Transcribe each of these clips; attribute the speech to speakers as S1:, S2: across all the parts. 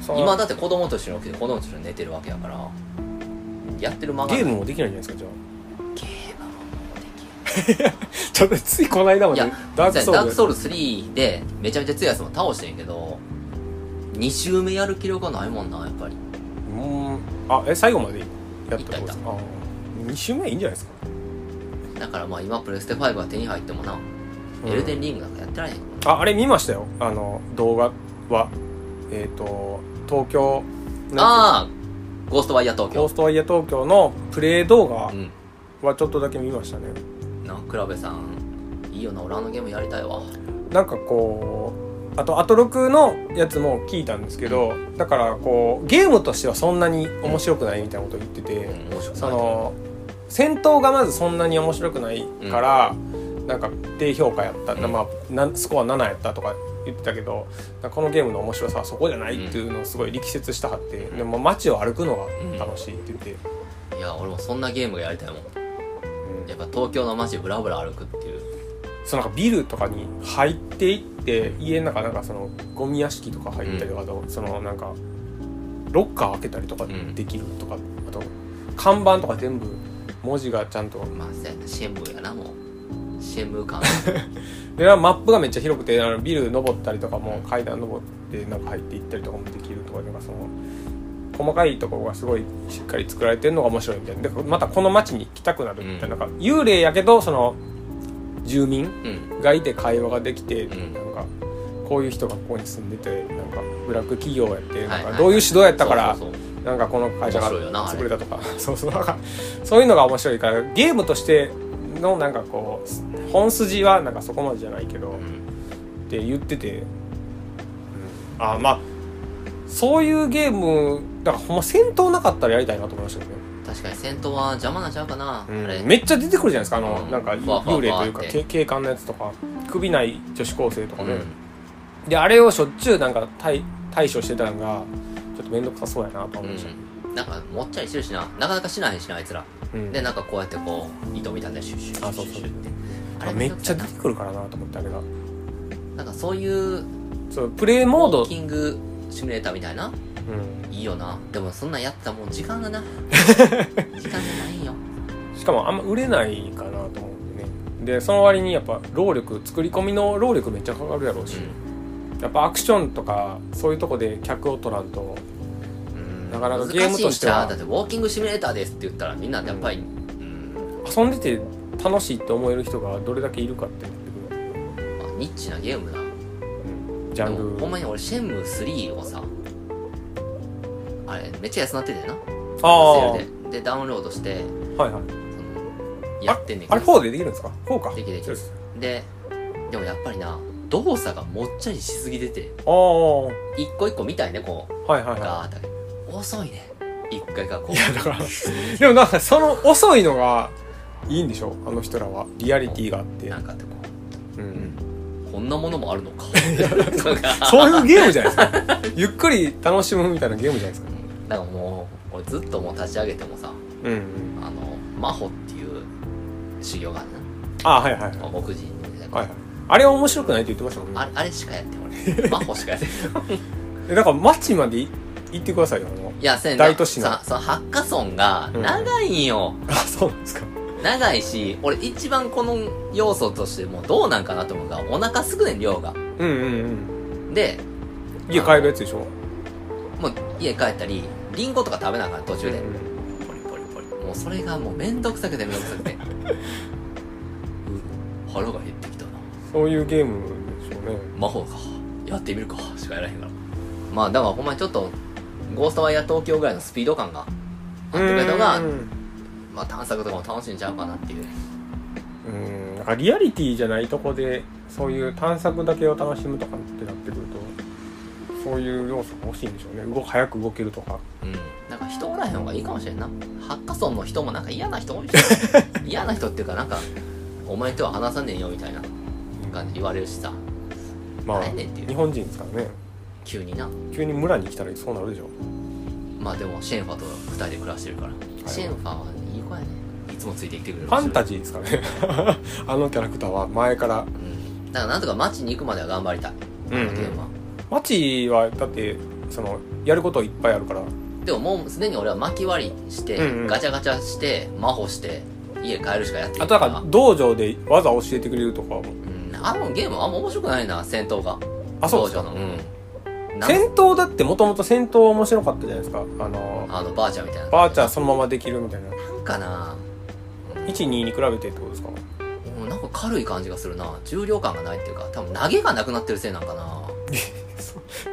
S1: さ
S2: 今だって子供と一緒に起きて子供と一緒に寝てるわけやからやってる間が
S1: ゲームもできないんじゃないですかじゃ
S2: ゲームもできる
S1: あ ちょっとついこの間ま
S2: い
S1: で
S2: や
S1: ダークソウ
S2: ダー
S1: ル
S2: クソウル3でめちゃめちゃ強いやつも倒してんけど2周目やる気力がないもんなやっぱり
S1: うーんあえ最後までやったってことです
S2: い
S1: かあ2周目いいんじゃないですか、
S2: だからまあ今プレステ5が手に入ってもな、
S1: うん
S2: エルデンリングなんかやってられへんから
S1: ああれ見ましたよあの動画はえっ、と東京の
S2: ああゴーストバイヤー東
S1: ゴー
S2: 京
S1: ストワイヤー東京のプレイ動画
S2: うん
S1: はちょっとだけ見ましたね、
S2: な倉部さんいいよな俺あのゲームやりたいわ
S1: なんかこうあとアトロクのやつも聞いたんですけどだからこうゲームとしてはそんなに面白くないみたいなこと言ってて、
S2: うん面白く
S1: そ
S2: ない
S1: の戦闘がまずそんなに面白くないから、なんか低評価やった、
S2: うん
S1: まあ、なスコア7やったとか言ってたけどなんかこのゲームの面白さはそこじゃないっていうのをすごい力説したはって、
S2: ん
S1: でも街を歩くのが楽しいって言って、
S2: いや俺もそんなゲームがやりたいもん
S1: うん
S2: やっぱ東京の街ブラブラ歩くっていう
S1: そのなんかビルとかに入っていって家の中なんかそのゴミ屋敷とか入ったりとか、あとそのなんかロッカー開けたりとか
S2: うん
S1: できるとか、あと看板とか全部文字がちゃんと
S2: まあそうやなシェンムーやなもうシェンムー感
S1: でマップがめっちゃ広くてあのビル登ったりとかも階段登ってなんか入っていったりとかもできるとかなんかその細かいところがすごいしっかり作られてるのが面白いみたいなでまたこの街に来たくなるみたいな,、なんか幽霊やけどその住民
S2: うん
S1: がいて会話ができて、
S2: うん
S1: なんかこういう人がここに住んでてなんかブラック企業やって、
S2: はい
S1: な
S2: は
S1: ん
S2: い
S1: かどういう指導やったから
S2: そうそう
S1: なんかこの会社
S2: 面白いよな
S1: が
S2: あれ
S1: 潰れたとかそうそうなんかそういうのが面白いからゲームとしてのなんかこう本筋はなんかそこまでじゃないけど、
S2: そうう
S1: っ
S2: ん
S1: て言ってて、うんあまあそういうゲームだからほんま戦闘なかったらやりたいなと思いましたけどね、
S2: 確かに戦闘は邪魔なんちゃうかな、
S1: うん
S2: あれ
S1: めっちゃ出てくるじゃないですかあの、
S2: うん
S1: なんか
S2: ふわふわ
S1: 幽霊というか
S2: ふわって
S1: け警官のやつとか首ない女子高生とか
S2: う
S1: ね、
S2: ん
S1: であれをしょっちゅうなんか対対処してたのがちょっと面倒くさそうやなと思いました、
S2: うんなんかもっちゃりしてるしななかなかしないしなあいつら
S1: うん
S2: でなんかこうやってこう糸みたいなシュッシュッシュッ
S1: あ
S2: シ
S1: そう
S2: ュッ
S1: そう
S2: シュッって
S1: あめっちゃ出てくるからなと思ってあれが
S2: なんかそういう
S1: そうプレイモー
S2: ウ
S1: ド
S2: ォー、キングシミュレーターみたいな
S1: う
S2: いいよなでもそんなんやってたらもう時間 がな時間がないよ
S1: ん、しかもあんま売れないかなと思うんでねでその割にやっぱ労力作り込みの労力めっちゃかかるやろうし、やっぱアクションとかそういうとこで客を取らんと
S2: うん
S1: なかなかゲームとしては
S2: 難いんちゃうだってウォーキングシミュレーターですって言ったらみんなやっぱりうん、
S1: 遊んでて楽しいって思える人がどれだけいるかってなって
S2: まあ、ニッチなゲーム
S1: く
S2: だ
S1: る、うんジャ
S2: でも
S1: ン
S2: ほ
S1: ル
S2: んまに俺シェンムー3をさあれめっちゃ安なっててな
S1: ああ
S2: セールででダウンロードして
S1: はいはい
S2: そのやってんねん
S1: あ
S2: け
S1: れ4
S2: ど
S1: でできるんですか4か
S2: できるできる
S1: そうす
S2: ででもやっぱりな動作がもっちゃりしすぎてて
S1: ああ
S2: 一個一個見たいねこう
S1: はいはいは
S2: ガーッて遅いね一回がこ
S1: い。いや
S2: う
S1: だから、 でもなんかその遅いのがいいんでしょあの人らは。リアリティがあって
S2: な。んかってこう
S1: うん、
S2: こんなものもあるの かとか
S1: そういうゲームじゃないですか。ゆっくり楽しむみたいなゲームじゃないですか。
S2: うんだからもう俺ずっともう立ち上げてもさ
S1: うん、うん。
S2: あの魔法っていう修行がある
S1: あはいはいはい。
S2: な牧人みたいな、
S1: はいはい、あれは面白くないって言ってましたもん
S2: あ
S1: ね。
S2: あれしかやって 俺魔法しかやってない
S1: えだから街までい行ってくださいよ。あの
S2: いやせん
S1: 大都市の
S2: さそのハッカソンが
S1: うん
S2: 長いんよ、
S1: あ、そうなんですか。
S2: 長いし俺一番この要素としてもうどうなんかなと思うがお腹すくねん量が
S1: うんうん
S2: で
S1: うん。家帰るやつでしょ
S2: もう家帰ったりリンゴとか食べなあかん途中で、
S1: うんうん
S2: ポリポリポリもうそれがもうめんどくさくてめんどくさくてう腹が減ってきたな
S1: そういうゲームでしょうね。
S2: 魔法かやってみるかしかやらへんからまあだからほんまにちょっとゴーストワイヤー東京ぐらいのスピード感があってくれたのが
S1: うんうん
S2: まあ探索とかも楽しんじゃうかなっていう
S1: うんなんかリアリティじゃないとこでそういう探索だけを楽しむとかってなってくるとそういう要素が欲しいんでしょうね動早く動けるとか
S2: うんなんか人おらへん方がいいかもしれんなハッカソンの人もなんか嫌な人 多いし嫌な人っていうかなんかお前とは話さねえよみたいな感じ言われるしさ
S1: まあ
S2: 何やねんっていう
S1: 日本人ですからね
S2: 急にな
S1: 急に村に来たらそうなるでしょ
S2: まあでもシェンファと二人で暮らしてるから、シェンファはいい子やねいつもついてきてくれる
S1: ファンタジーですからね あのキャラクターは前から
S2: うんだからなんとか街に行くまでは頑張りたい、
S1: うんうん
S2: あのゲームは
S1: マチはだってそのやることいっぱいあるから
S2: でももうすでに俺は巻き割りして、
S1: うんうん
S2: ガチャガチャして真帆して家帰るしかやってな
S1: あ
S2: い
S1: とだから道場で技教えてくれるとかも
S2: うんあのゲームあんま面白くないな戦闘が
S1: あそうです
S2: 道場
S1: か
S2: のうんなん
S1: 戦闘だってもともと戦闘面白かったじゃないですかあの
S2: あのバーチャーみたいな
S1: バーチャーそのままできるみたいな
S2: なんかな
S1: 12に比べてってことですか
S2: うんなんか軽い感じがするな重量感がないっていうか多分投げがなくなってるせいなんかな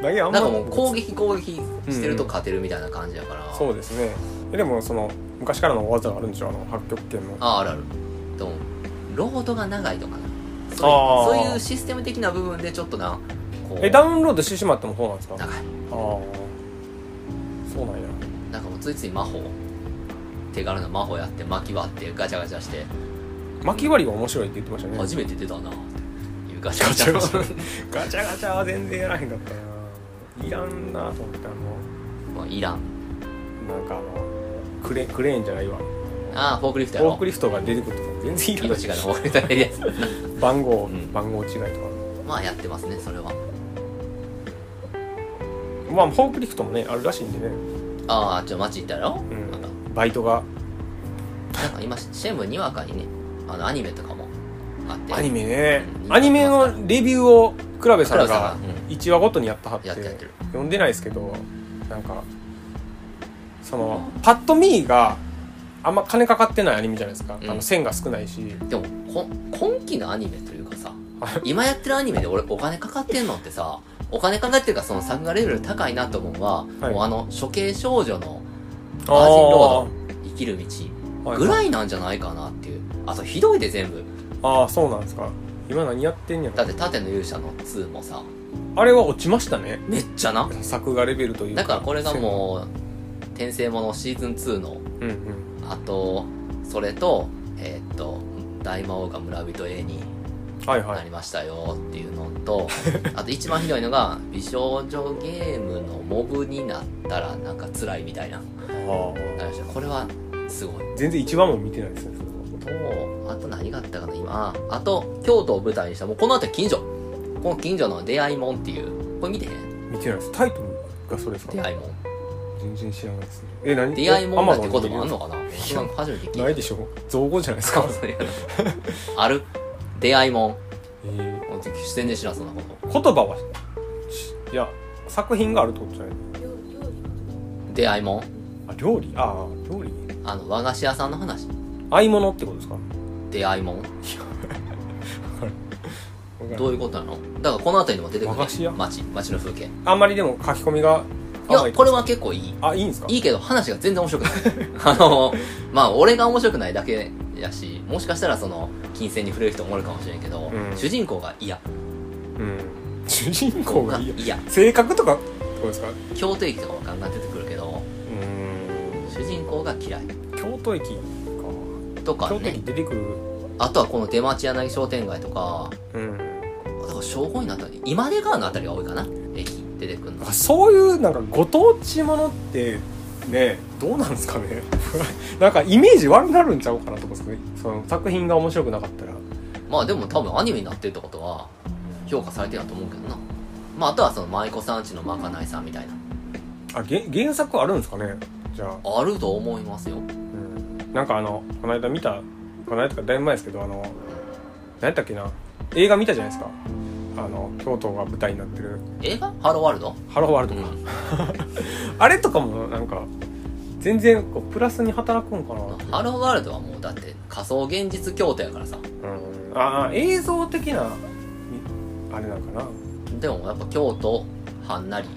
S1: 投げあんま
S2: なんかもう攻撃攻撃してると勝てるみたいな感じやから、
S1: そうですねえでもその昔からの技があるんでしょあの八極拳の
S2: ああるあるでもロードが長いとかな
S1: あ
S2: そう
S1: ー
S2: いうそういうシステム的な部分でちょっとなこう
S1: えダウンロードしてしまってもそうなんですかあ
S2: 長い
S1: あそうなんや
S2: なんかもうついつい魔法手軽な魔法やって巻き割ってガチャガチャして
S1: 巻き割りが面白いって言ってましたね
S2: 初めて出たなっていうガチャガチャ
S1: ガチャ ガガチャガチャは全然やらへんかったないらんなと思ってあ
S2: まあいらん
S1: のなんかあのクレクレーンじゃないわ
S2: ああフォークリフトや
S1: フォー
S2: ろ
S1: クリフトが出てくるとか全然いらない
S2: 命がね俺だけで
S1: 番号、
S2: うん
S1: 番号違いとか
S2: まあやってますねそれは
S1: まあフォークリフトもねあるらしいんでね、
S2: ああちょ街行ったやろ、
S1: うん
S2: また
S1: バイトが
S2: なんか今シェムにわかにねあのアニメとかもあって
S1: アニメね
S2: うん
S1: アニメのレビューを倉部さん
S2: 倉部さ
S1: が
S2: んがう
S1: 1話ごとにやったはって
S2: やってやってる
S1: 読んでないですけどなんかそのパッと見があんま金かかってないアニメじゃないですか、
S2: うん
S1: あの線が少ないし
S2: でもこ今期のアニメというかさ今やってるアニメで俺お金かかってんのってさお金かかってるかその作画レベル高いなと思うのは、
S1: はい
S2: もうあの処刑少女の
S1: マ
S2: バージンロード生きる道
S1: はい
S2: ぐらいなんじゃないかなっていうあとひどいで全部
S1: ああそうなんですか今何やってんや
S2: だっ
S1: ろ
S2: て盾の勇者の2もさ
S1: あれは落ちましたね
S2: めっちゃな
S1: 作画レベルという
S2: だからこれがもう「転生ものシーズン2」の
S1: う、うんうん、
S2: あとそれとえーっと大魔王が村人 A に
S1: はいは
S2: ないりましたよっていうのと、あと一番ひどいのが美少女ゲームのモブになったらなんか辛いみたいな
S1: あー
S2: ありましたこれはすごい
S1: 全然一番も見てないですね
S2: とあと何があったかな今ああと京都を舞台にしたもうこの後近所この近所の出会いもんっていうこれ見てへん
S1: 見てないですタイトルがそれですか
S2: 出会いもん
S1: 全然知らないですねえ何
S2: 出会いもんだってこと
S1: も
S2: もあんのかな僕なんか初めて聞いた
S1: ないでしょ造語じゃないですか
S2: ある出会いもん
S1: えー
S2: 出演で知らんそんなこと
S1: 言葉はしいや作品があるってことじゃない
S2: 出会いもん
S1: あ料理ああ料理
S2: あの和菓子屋さんの話
S1: 合い物ってことですか
S2: 出会いもんどういうことなのだからこの辺りにも出てく
S1: 和菓子屋
S2: る街街の風景い
S1: あんまりでも書き込みが甘
S2: や
S1: い
S2: これは結構いい
S1: あいいんですか
S2: いいけど話が全然面白くない あのまあ俺が面白くないだけやしもしかしたらその金銭に触れる人もおるかもしれんけど、
S1: うん
S2: 主人公が嫌
S1: うん 主人公がいい
S2: 嫌
S1: 性格とかってことですかう
S2: 京都駅とかもガンガン出てくるけど
S1: ー
S2: 主人公が嫌い
S1: ん京都駅か
S2: とか
S1: 京都
S2: ね
S1: 駅出てくる
S2: あとはこの出町柳商店街とか
S1: うん
S2: だから商法になったり今出川のあたりが多いかな駅出てくるの
S1: なんかそういうなんかご当地ものってねどうなんですかね なんかイメージ悪くなるんちゃうかなと思うんですけどねその作品が面白くなかったら
S2: まあでも多分アニメになってるってことは評価されてると思うけどなまああとはその舞妓さんちのまかないさんみたいな
S1: あげ原作あるんですかねじゃあ
S2: あると思いますよ
S1: なんかあのこの間見たこの間とかだいぶ前ですけどあの何やったっけな映画見たじゃないですかあの京都が舞台になってる
S2: 映画ハローワールド
S1: ハローワール
S2: う
S1: ドか、
S2: ん
S1: あれとかもなんか全然こうプラスに働くんかな、
S2: ハローワールドはもうだって仮想現実京都やからさ
S1: うん、ああ映像的なあれなんかな、
S2: でもやっぱ京都はんなり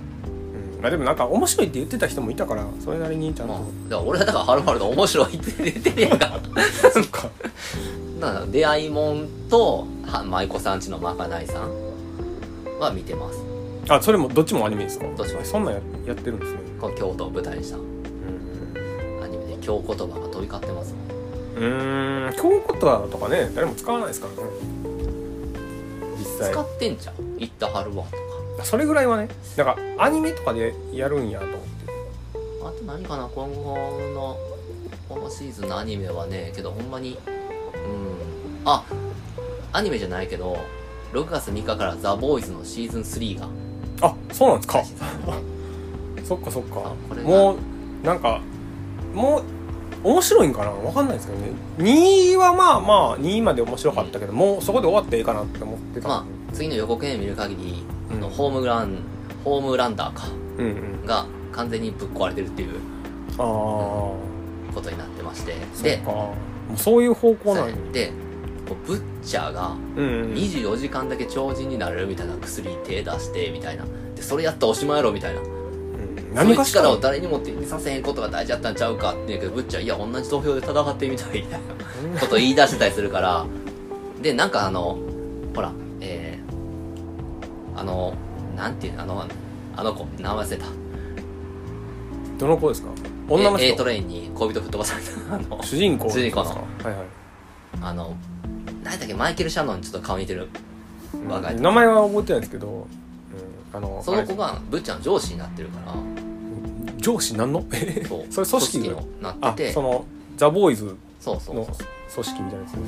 S1: うん、あでもなんか面白いって言ってた人もいたからそれなりにちゃんと、
S2: まあ だから俺はだからハローワールド面白いって出てるやんか
S1: そっか
S2: だから出会いもんとは舞妓さんちのまかないさんは見てます
S1: あそれもどっちもアニメですか
S2: どっちも
S1: そんなんややってるんですね
S2: この京都を舞台にしたアニメで京言葉が飛び交ってますね
S1: うーん京言葉とかね誰も使わないですからね実際
S2: 使ってんじゃん行ったはるわとか
S1: それぐらいはねなんかアニメとかでやるんやと思って
S2: あと何かな今後のこのシーズンのアニメはねけどほんまにうんあアニメじゃないけど6月3日から「ザ・ボーイズのシーズン3が
S1: あそうなんですか
S2: 配信され る
S1: そっかそっか
S2: そうこれが
S1: もうなんかもう面白いんかなわかんないですけどね2位はまあまあ2位まで面白かったけど、もうそこで終わっていいかなって思ってた、
S2: まあ、次の予告編見る限り、
S1: うん
S2: のホームランホームランダーか
S1: うんうん
S2: が完全にぶっ壊れてるっていう
S1: ああ
S2: ことになってまして
S1: そ
S2: で
S1: っかもうそういう方向なんや
S2: でこうブッチャーが
S1: うんうん
S2: 24時間だけ超人になれるみたいな薬に手出してみたいなでそれやったらおしまいやろみたいな
S1: うん
S2: その
S1: 何かしら
S2: 力を誰にも手にさせへんことが大事だったんちゃうかって言うけどブッチャーいや同じ土俵で戦ってみたいみたいなことを言い出してたりするからでなんかあのほらえー、あのなんていうのあのあの子名前忘れた
S1: どの子ですか女の
S2: え A ト
S1: 人
S2: レインに恋人吹っ飛ばされたあ の
S1: 主人公
S2: 主人公の
S1: はいはい
S2: あの何だっけマイケル・シャノンにちょっと顔似てる若い
S1: 名前は覚えてないんですけど、うん、あの
S2: その子がブッチャーの上司になってるから
S1: あれ上司なんの
S2: そう
S1: それ組織の
S2: のな
S1: あ
S2: ってて
S1: そ
S2: そ
S1: のザ・ボーイズ
S2: うそう
S1: の
S2: そ
S1: 組織みたいなやつですね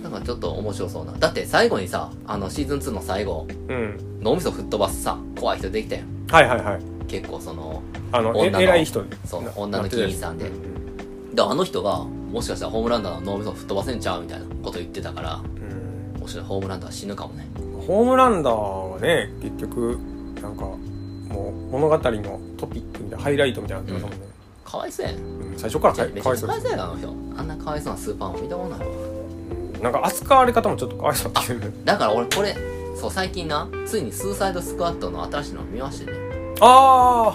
S2: うなんかちょっと面白そうなだって最後にさあのシーズン2の最後
S1: うん
S2: 脳みそ吹っ飛ばすさ怖い人できたよ
S1: はいはいはい
S2: 結構その
S1: あのえ
S2: 女の
S1: 偉い人
S2: そう
S1: な
S2: 女の議員さんで
S1: なってたやつ
S2: であの人がもしかしたらホームランダーの脳みそ吹っ飛ばせんちゃうみたいなこと言ってたから
S1: うん
S2: もしかしたらホームランダー死ぬかもね
S1: うんホームランダーはね結局なんかもう物語のトピックみたいなハイライトみたいになってますもんね、
S2: かわいそうやん
S1: うん最初からか
S2: めっち
S1: か
S2: ゃ
S1: わ
S2: め
S1: い
S2: ち
S1: そ
S2: ゃ
S1: う
S2: かわ
S1: で
S2: い
S1: す
S2: そうやなあの人あんなかわいそうなスーパーマン見たことないわ
S1: なんか扱われ方もちょっとかわいそうだっていうね
S2: だから俺これそう最近なついにスーサイドスクワットの新しいのを見ましてね
S1: あ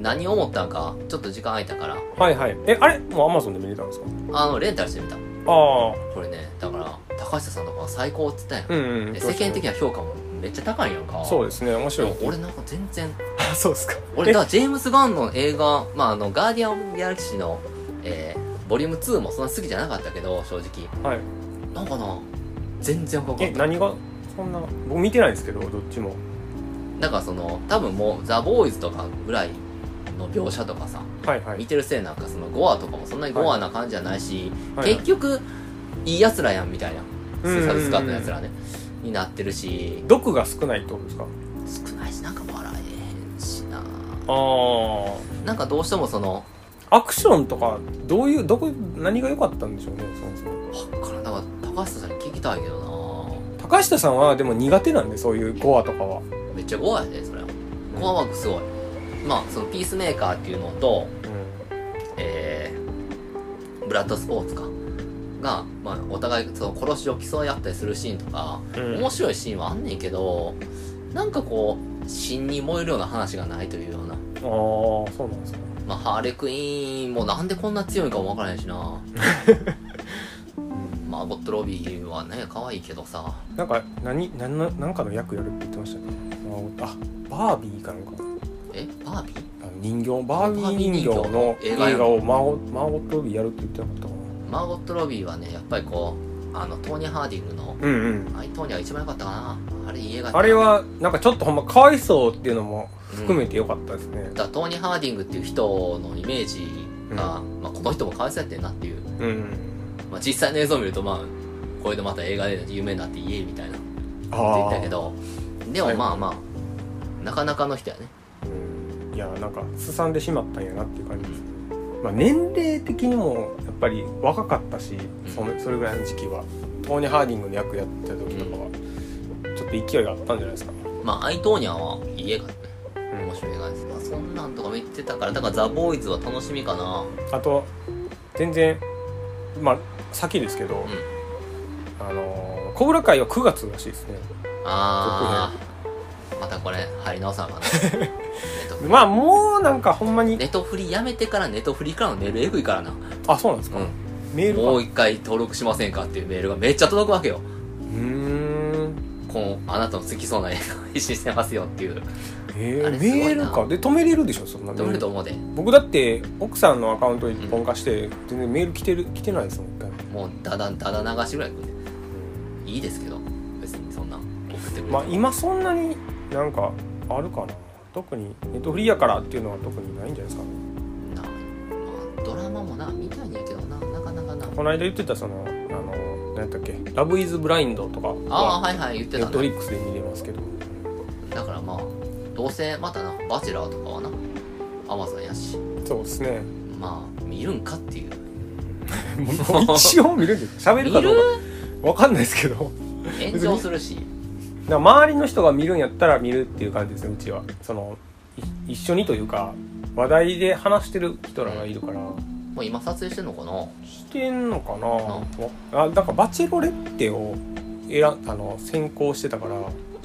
S2: 何を思ったんかちょっと時間空いたから
S1: あはいはいえあれもうアマゾンで見れたんですか
S2: あのレンタルしてみた
S1: ああ
S2: これねだから高下さんとかは最高っつったやん、
S1: うんうん
S2: で世間的な評価もめっちゃ高いやんか
S1: そうですね面白い
S2: でも俺なんか全然
S1: あそうですか
S2: 俺だからジェームス・ガンの映画「まあ、あのガーディアン・オブ・ギャラクシーの」えーボリューム2もそんな好きじゃなかったけど正直
S1: えはい
S2: なんかな全然分か
S1: え
S2: んない
S1: 何がそんな僕見てないんですけどどっちも
S2: だからその多分もうザ・ボーイズとかぐらいの描写とかさ
S1: はいはい
S2: 見てるせいなんかそのゴアとかもそんなにゴアな感じじゃないし、
S1: はいはい
S2: 結局いいやつらやんみたいなス
S1: うんうんうん
S2: ーサイドスカートのやつらねになってるし
S1: 毒が少ないってことですか
S2: 少ないしなんか笑えへんしな
S1: あ
S2: なんかどうしてもその
S1: あアクションとかどういうどこ何が良かったんでしょうねそもそも
S2: わっからんだから高橋さんに聞きたいけど
S1: 高下さんはでも苦手なんでそういうゴアとかは
S2: なめっちゃゴアやでそれはゴアワークすごいまあそのピースメーカーっていうのと
S1: う
S2: えー、ブラッドスポーツかが、まあ、お互いその殺しを競い合ったりするシーンとか
S1: んうん
S2: 面白いシーンはあんねんけどなんかこう芯に燃えるような話がないというような、
S1: ああそうなんですか
S2: まあ、ハーレクイーンもなんでこんな強いかもわからないしなまあゴット・ロビーはね可愛いけどさ
S1: なんか何何のなんかの役やるって言ってましたねあバービーかなんか
S2: えバービー
S1: あの人形バービー人形の映画をマオマオトビーやるって言ってなかったかな
S2: マーゴット・ロビーはねやっぱりこうあのトーニー・ハーディングの
S1: うんうん
S2: あトーニーが一番良かったかなあれいい映画やった
S1: あれはなんかちょっとほんまかわいそうっていうのも含めて良かったですね。
S2: だからトーニー・ハーディングっていう人のイメージが、まあ、この人もかわいそうやってんなっていう、
S1: うん。
S2: まあ、実際の映像を見るとまあこれでまた映画で有名になって言えみたいなって言
S1: あ
S2: ったけ
S1: あ。
S2: どでもまあまあなかなかの人やね
S1: うんいやなんかすさんでしまったんやなっていう感じですね。まあ年齢的にもやっぱり若かったし、そのそれぐらいの時期はトーニー・ハーディングの役やってた時とかはちょっと勢いがあったんじゃないですか。
S2: まあアイトーニャはいい映画だね面白い映画です、まあ、そんなんとか見てたからだからザ・ボーイズは楽しみかな
S1: あと全然まあ先ですけど、
S2: ん
S1: あのー、小倉会は9月らしいですね。
S2: あ ーまたこれ入り直さなあかんなネトフリ
S1: まあもうなんかほんまに
S2: ネトフリやめてからネトフリからのメールエグいからな
S1: あそうなんですか。
S2: うん
S1: メールが
S2: もう一回登録しませんかっていうメールがめっちゃ届くわけよ。
S1: うーん
S2: このあなたの好きそうな映画を配信してますよっていう。
S1: え
S2: あ
S1: ー、
S2: れすごいな
S1: メールかで止めれるでしょそんなメ
S2: ど
S1: ー
S2: れ
S1: ル
S2: と思うで。
S1: 僕だって奥さんのアカウント一本化して、全然メール来てる来てないですもん一回も
S2: もうだだ、だだ流しぐらい来るねいいですけど、別にそんな送ってくれて
S1: まあ今そんなになんかあるかな特にネットフリーやからっていうのは特にないんじゃないですかね
S2: なまあドラマもな、見たいんやけどな、なかなかな。
S1: この間言ってたそのあの何やったっけ「ラブ・イズ・ブラインド」とか
S2: ああ、
S1: は
S2: はいはい、言って
S1: ネ
S2: た
S1: ットフ
S2: ね。
S1: リックスで見れますけど
S2: だからまあ、どうせまたな、バチェラーとかはな、アマゾンやし
S1: そうです ね
S2: まあ見るんかっていう
S1: もう一応見るんです喋るか
S2: 見る
S1: どうかわかんないですけど
S2: 炎上するし
S1: だから周りの人が見るんやったら見るっていう感じですねうちはそのい一緒にというか話題で話してる人らがいるから
S2: もう今撮影してんのかな
S1: してんのかなあだからバチェロレッテを選んあの先行してたから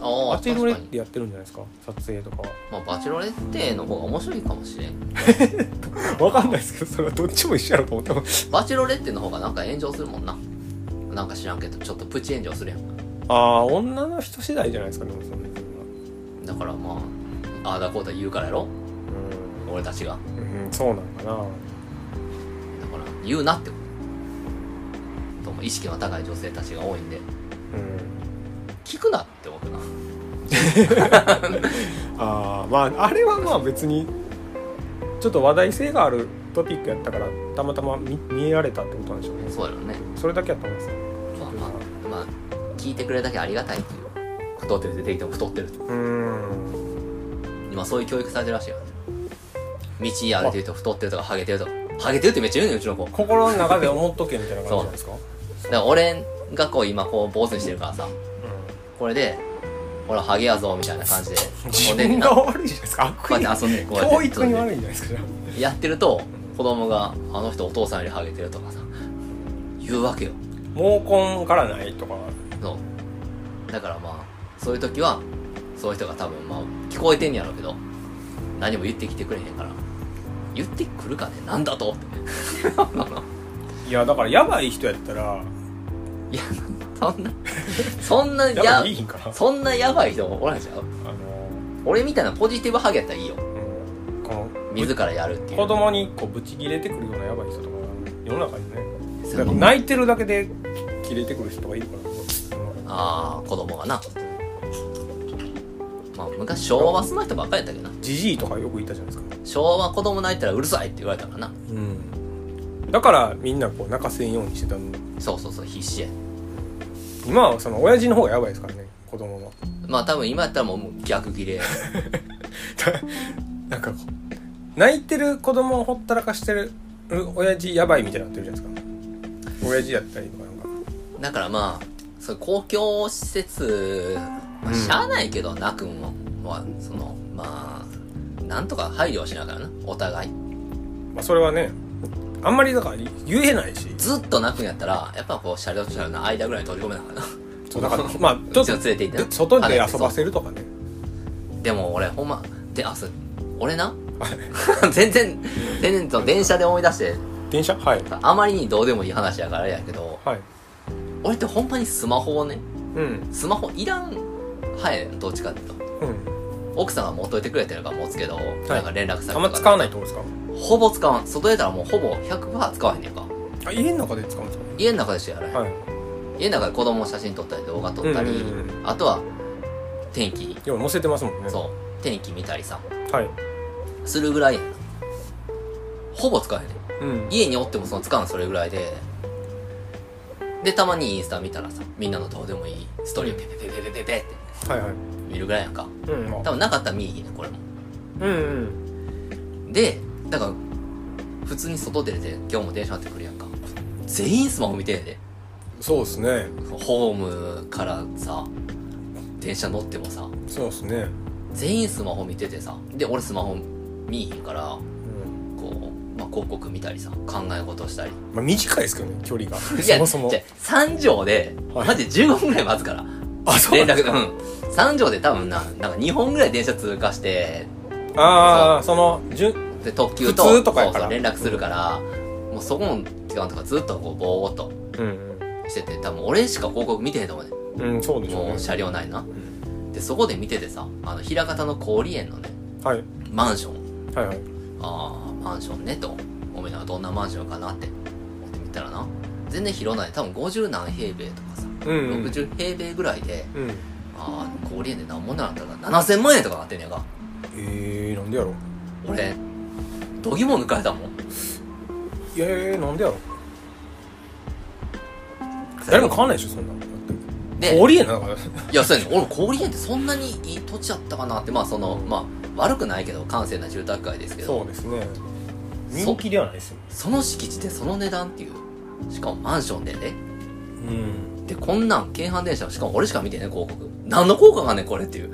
S2: ああ
S1: バチェロレ
S2: 確か
S1: ッ
S2: に、
S1: テやってるんじゃないですか撮影とかは
S2: まあ、バチェロレッテの方が面白いかもしれん
S1: わかんないですけどそれはどっちも一緒やろと思って も
S2: バチェロレッテの方がなんか炎上するもんななんか知らんけどちょっとプチ炎上するやん
S1: ああ女の人次第じゃないですかでもそんなの
S2: だからまあああだこうだ言うからやろ俺たちが
S1: うん、うん、そうなのかな
S2: だから言うなってこととも意識の高い女性たちが多いんで
S1: うん
S2: 聞くなって思うな
S1: ああまああれはまあ別にちょっと話題性があるトピックやったからたまたま見見られたってことなんでしょうね
S2: そうやろね
S1: それだけやったんですよ
S2: まあまあまあ聞いてくれるだけありがたいっていう太ってる出てきても太ってると
S1: うーん
S2: 今そういう教育されてるらしいよ道歩いてると太ってるとかハゲてるとかハゲてるってめっちゃ言うねんうちの子
S1: 心の中で思っとけみたいな感じじゃないですか
S2: だから俺がこう今こう坊主にしてるからさこれでほらハゲやぞみたいな感じで
S1: うん
S2: お
S1: 自
S2: でんで
S1: 分
S2: な
S1: が
S2: こ
S1: 悪いじゃないですか悪
S2: う
S1: 意
S2: やって遊ん でこうやって
S1: 教育に悪いんじゃないですかじゃ
S2: やってると子供が「あの人お父さんよりハゲてる」とかさ言うわけよ
S1: あ毛根からないとか
S2: そうだからまあそういう時はそういう人が多分まあ聞こえてんやろうけど何も言ってきてくれへんから言ってくるかねなんだとって
S1: いやだからやばい人やったら
S2: いやそんなそんな
S1: や
S2: や
S1: ばいいいんかな
S2: そんなやばい人もおらんちゃう
S1: あの
S2: 俺みたいなポジティブハゲやったらいいよ
S1: うんこの
S2: 自らやるっていう
S1: 子供にこうブチ切れてくるようなやばい人とか世の中にね
S2: そ
S1: だ
S2: の
S1: から泣いてるだけで切れてくる人がいるから
S2: ああ子供がなまあ昔昭和はその人ばっかりやったけどな
S1: じじいとかよくいたじゃないですか
S2: 昭和子供泣いたらうるさいって言われたからな
S1: うんだからみんなこう泣かせんようにしてたの
S2: そうそうそう必死や
S1: 今はその親父の方がやばいですからね子供の
S2: まあ多分今やったらもう逆 切れ
S1: なんかこう泣いてる子供をほったらかしてる親父やばいみたいになってるじゃないですか親父やったりとかなんか
S2: だからまあそう公共施設、ま
S1: うん
S2: あ、しゃあないけど、なくんはそのまあなんとか配慮しながらなお互い
S1: まあそれはねあんまりだから言えないし
S2: ずっとなくんやったらやっぱこう車両と車両の間ぐらいに取り込めながらな
S1: そう だからまあちょっ
S2: ちょっと連れて行って
S1: と外で遊ばせるとかね
S2: でも俺ほんまであそう俺な 全然全然その電車で思い出して
S1: 電車はい
S2: あまりにどうでもいい話やからあれやけど
S1: はい
S2: 俺ってほんまにスマホをね
S1: うん
S2: スマホいらん派やねんどっちかっていうと
S1: うん
S2: 奥さんが持っといてくれてるから持つけど、なんか連絡先
S1: あん
S2: と
S1: ま
S2: か
S1: 使わないってことですか
S2: ほぼ使わん外出たらもうほぼ100%使わへんねんか
S1: あ家の中で使うんです
S2: 家の中でしかやらへん、
S1: かはい
S2: 家の中で子供の写真撮ったり動画撮ったり、
S1: うんうん
S2: あとは天気
S1: 今載せてますもんね
S2: そう天気見たりさ
S1: はい
S2: するぐらいやんほぼ使わへんねん
S1: うん
S2: 家におってもその使うのそれぐらいででたまにインスタ見たらさみんなのどうでもいいストーリーをペペペペペペペって
S1: はいはい
S2: 見るぐらいやんか
S1: うんまあ
S2: 多分なかったら見いひんねんこれも
S1: うんうん
S2: でだから普通に外出て今日も電車乗ってくるやんか全員スマホ見てんねんで
S1: そうですね
S2: ホームからさ電車乗ってもさ
S1: そうですね
S2: 全員スマホ見ててさで俺スマホ見いひんから
S1: うん
S2: こう、まあ、広告見たりさ考え事したり
S1: まあ短いですけどね距離が
S2: いや
S1: そもそも
S2: じゃ3畳で、
S1: はい
S2: マジで15分ぐらい待つから
S1: あそ
S2: 連
S1: うなんで
S2: 絡
S1: すか
S2: うん3畳で多分ななんか2本ぐらい電車通過して
S1: ああそのじゅ
S2: で特急と
S1: 普通とかやから
S2: そうそう連絡するから、もうそこの時間とかずっとこうぼーっと
S1: うん
S2: してて多分俺しか広告見てへんと思うね
S1: うんうんそうでしょう
S2: も
S1: ね
S2: う車両内なでそこで見ててさあの枚方の氷園のね
S1: はい
S2: マンション
S1: はいはい
S2: ああマンションねとおめながらどんなマンションかなって思ってみたらな全然広ない多分50何平米とかさ、
S1: うんうん
S2: 60平米ぐらいで
S1: うん
S2: ああ氷園で何もなかったから7000万円とかなってんねやが
S1: えー、なんでやろう
S2: 俺度肝抜かれたもん
S1: いやいやなんでやろう誰も買わないでしょそんなのだって
S2: で
S1: 氷やなだから
S2: いやそうやねん俺氷園ってそんなにいい土地やったかなってまあそのまあ悪くないけど閑静な住宅街ですけ
S1: そ
S2: ど
S1: うですね
S2: そう
S1: 人気ではないですよね
S2: その敷地でその値段っていうしかもマンションでね
S1: うん、
S2: でこんなん京阪電車しかも俺しか見てね広告何の効果がねんこれっていう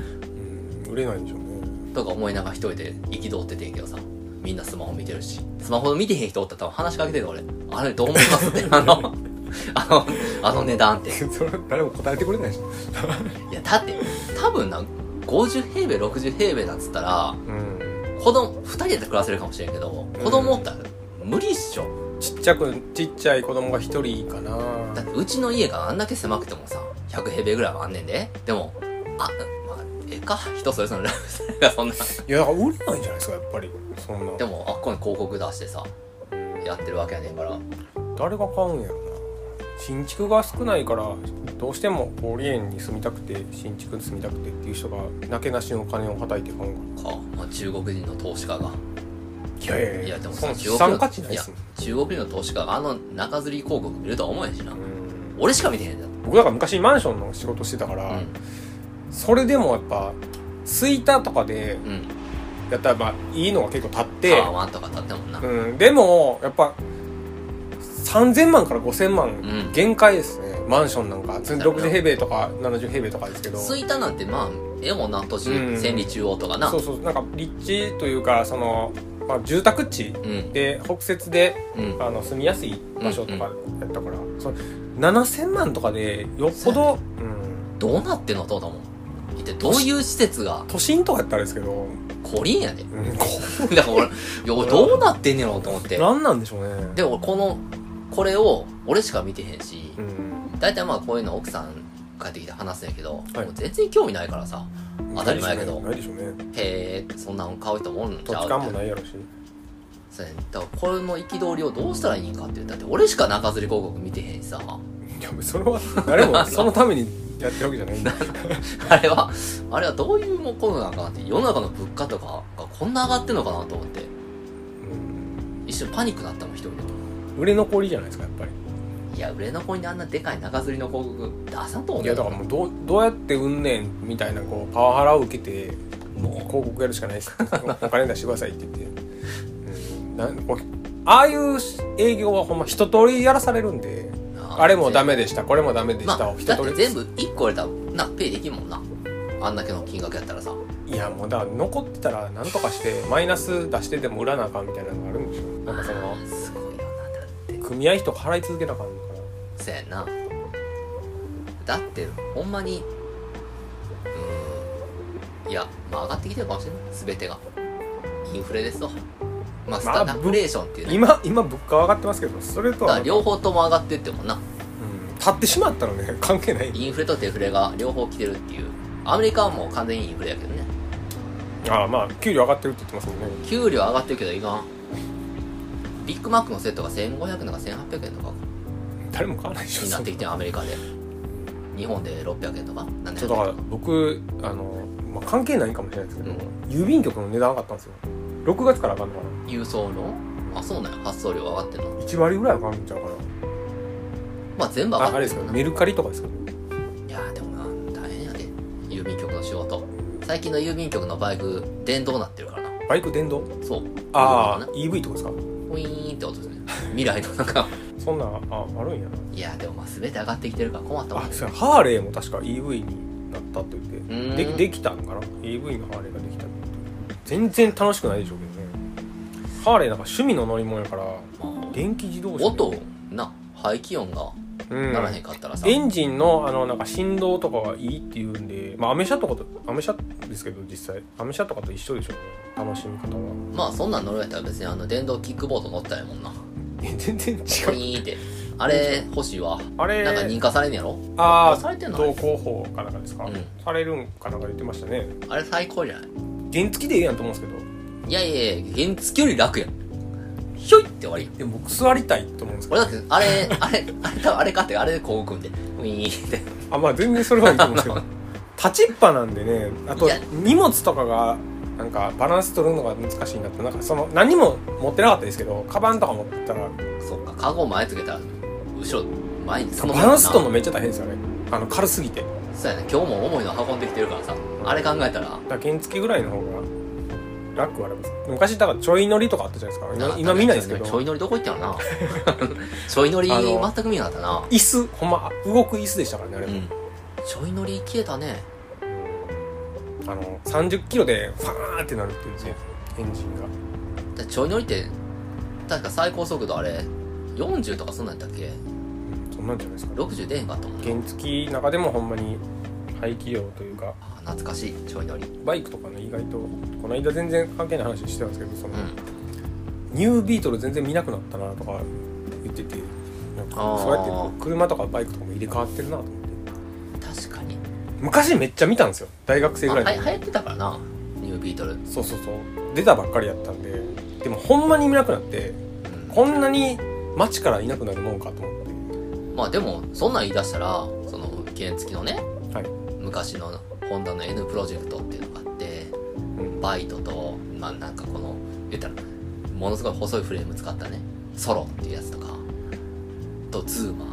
S1: うん、売れないんでしょうね
S2: とか思いながら一人で憤っててんけどさみんなスマホ見てるしスマホ見てへん人おったら多分話しかけてる俺あれどう思いますってあのあのあの値段って
S1: それ 誰も答えてくれないでしょ
S2: いやだって多分な50平米60平米なんつったら
S1: うん
S2: 子供2人で暮らせるかもしれんけど子供おったら無理っしょ
S1: ちっちゃくちっちゃい子供が一人かな
S2: だってうちの家があんだけ狭くてもさ100平米ぐらいはあんねんででもあまあええか人それぞれのライフスタイルがそんない
S1: やだから売れないんじゃないですかやっぱりそんな
S2: でもあっこに広告出してさやってるわけやねんから
S1: 誰が買うんやろな新築が少ないからどうしても氷園に住みたくて新築に住みたくてっていう人がなけなしのお金をはたいて買うんか
S2: か、まあ、中国人の投資家が
S1: ないやい
S2: いやでも
S1: そ
S2: さ
S1: の
S2: 中
S1: 資
S2: 国
S1: 産
S2: の
S1: 価値ないっすもん
S2: いや中国人の投資家があの中吊り広告見るとは思えへんしな
S1: うん
S2: 俺しか見てへんだって
S1: 僕だから昔マンションの仕事してたから、それでもやっぱスイタとかで
S2: うんうん
S1: やったらまあいいのが結構立って
S2: タワマンとか立ったもんな、
S1: うん、でもやっぱ3000万から5000万
S2: ん
S1: 限界ですね、マンションなんか
S2: うやな
S1: 60平米とか70平米とかですけど
S2: 吹田なんてまあええもんな都市
S1: うん
S2: 千里中央とかな
S1: そうそうなんか立地というかその、まあ、住宅地
S2: うん
S1: で北節で
S2: うん
S1: あの住みやすい場所とかやったから、その7000万とかでよっぽど、うん、
S2: どうなってんのと思う一体どういう施設が
S1: 都心とかやったらですけど、
S2: コリンやで
S1: うん、こ
S2: だから俺いや俺どうなってんねやろうと思って
S1: うなんなんでしょうね
S2: でもこのこれを俺しか見てへんし
S1: うん、
S2: 大体まあこういうの奥さん帰ってきて話すんやけど、
S1: はい
S2: もう全然興味ないからさ当たり前やけど
S1: ないでしょうねないでしょうね
S2: へえそんなん買う人もおるんち
S1: 土
S2: ゃう
S1: 地
S2: みた
S1: 勘も
S2: いな
S1: ないやろし
S2: そうやねだからこれの憤りをどうしたらいいんかってだって俺しか中吊り広告見てへんしさ
S1: いやそれは誰もそのためにやってるわけじゃないんで
S2: あれはあれはどういうもこのなんかなって世の中の物価とかがこんな上がってんのかなと思って一瞬パニックだったもん一人で
S1: 売れ残りじゃないですかやっぱり
S2: いや売れ残りにあんなでかい中吊りの広告出さんと思う
S1: い
S2: け
S1: や
S2: ど
S1: だからもうどうどうやって売んねんみたいなこうパワハラを受けて広
S2: も
S1: 告やるしかないですお金出してくださいって言って、うん、なんこうああいう営業はほんま一通りやらされるんで
S2: う
S1: あれもダメでしたこれもダメでした
S2: ま
S1: を
S2: あ、
S1: 一
S2: だっ
S1: 通
S2: て
S1: り
S2: 全部1個売れたらなペイできんもんなあんだけの金額やったらさ
S1: いやもうだから残ってたら何とかしてマイナス出してでも売らなあかんみたいなのがあるんでしょなんかその
S2: すごいよなだって
S1: 組合費とか払い続けなあかんか
S2: そやなだってほんまにうーんいやまあ上がってきてるかもしれない全てがインフレですとまあス
S1: まあ
S2: タグレーションっていう
S1: ら
S2: ね、
S1: 今今物価は上がってますけどそれと
S2: だか
S1: は
S2: ら両方とも上がってってもんな
S1: うん立ってしまったらね関係ない
S2: インフレとデフレが両方来てるっていうアメリカはもう完全にインフレやけどね
S1: ああまあ給料上がってるって言ってますもんね
S2: 給料上がってるけど今ビッグマックのセットが1500円とか1800円とか
S1: 誰も買わないでしょ
S2: になってきてるアメリカで日本で600円とか700円
S1: そ
S2: と
S1: うだから
S2: か
S1: 僕あの、まあ、関係ないかもしれないですけど、
S2: うん
S1: 郵便局の値段上がったんですよ6月から上がるのか
S2: 郵送のあそうなんや発送料上がってんの
S1: な1割ぐらい上がるんちゃうか
S2: まあ全
S1: な
S2: 部上
S1: ああ
S2: がっ
S1: れです
S2: てる
S1: か
S2: よな
S1: メルカリとかですかね
S2: いやーでもな大変やで郵便局の仕事最近の郵便局のバイク電動なってるからな
S1: バイク電動
S2: そう
S1: ああ
S2: 電動な
S1: EV とかですか
S2: ウィーンって音 ですね未来のなんか
S1: そんなんああるんやない
S2: やーでもまあ全て上がってきてるから困ったもん
S1: あ
S2: ね
S1: そうやハーレーも確か EV になったと言
S2: う
S1: っ
S2: ん
S1: てでできたんかな EV のハーレーができたって全然楽しくないでしょうけどねハーレーなんか趣味の乗り物やから
S2: まあ
S1: 電気自動車
S2: 音な排気音が
S1: うん
S2: ならへんかったらさ、
S1: エンジンのあのなんか振動とかがいいっていうんで、まあ、アメ車とかとアメ車ですけど実際アメ車とかと一緒でしょうね楽しみ方は
S2: まあそんなん乗るやったら別にあの電動キックボード乗ったらええ もんな
S1: え全然違
S2: ウ
S1: う
S2: ィーンってあれ欲しいわ
S1: あれ
S2: なんか認可されんねやろ
S1: あ
S2: あされて
S1: あ
S2: んの
S1: 同行法かなんかですか、
S2: うん
S1: されるんかなんか言ってましたね
S2: あれ最高じゃない
S1: 原付でいいやんと思うんですけど
S2: いやいやいや原付より楽やんひょいって終わり
S1: でも僕座りたいと思うんですけ
S2: 俺
S1: ど
S2: だってあれあれあれ多分あれ買ってあれでこう組んでウィーンって
S1: あまあ全然それはいいと思うん ですけど立ちっぱなんでねあと
S2: いや
S1: 荷物とかがなんかバランス取るのが難しいなってなんかその何も持ってなかったですけどカバンとか持ってたら
S2: そっかカゴ前つけたら後ろ前にそ
S1: バランス取る
S2: の
S1: のめっちゃ大変ですよねあの軽すぎて
S2: そうやね今日も重いの運んできてるからさあれ考えた
S1: だ
S2: ら
S1: から原付ぐらいの方が楽はあります昔だからちょい乗りとかあったじゃないですか今今見ないですけど
S2: ちょい乗りどこ行ったかなちょい乗り
S1: あの
S2: 全く見なかったな
S1: 椅子ほんま動く椅子でしたからねあれ
S2: う
S1: も、
S2: んちょい乗り消えたね
S1: あの30キロでファーってなるっていうねエンジンが
S2: だちょい乗りって確か最高速度あれ40とかそんなんやったっけ
S1: うんそんなんじゃないですか
S2: 60出へんかったもん
S1: 原
S2: ね
S1: 付き中でもほんまに排気量というか
S2: あ懐かしいちょい乗りう
S1: バイクとかね意外とこの間全然関係ない話してたんですけどその、
S2: ん
S1: ニュービートル全然見なくなったなとか言っててなん
S2: あ
S1: か
S2: ー
S1: そうやってこう車とかバイクとかも入れ替わってるなと思って
S2: 確かに
S1: 昔めっちゃ見たんですよ大学生
S2: あ
S1: ぐ
S2: は
S1: ら
S2: い
S1: いの
S2: 流行ってたからなニュービートルうん
S1: そうそうそう出たばっかりやったんででもほんまに見なくなってこんなに街からいなくなるもんかと思って
S2: まあでもそんなん言い出したらその原付きのね、
S1: はい
S2: 昔のホンダの N プロジェクトっていうのがあって
S1: うん
S2: バイトとまあなんかこの言ったらものすごい細いフレーム使ったねソロっていうやつとかとズーマ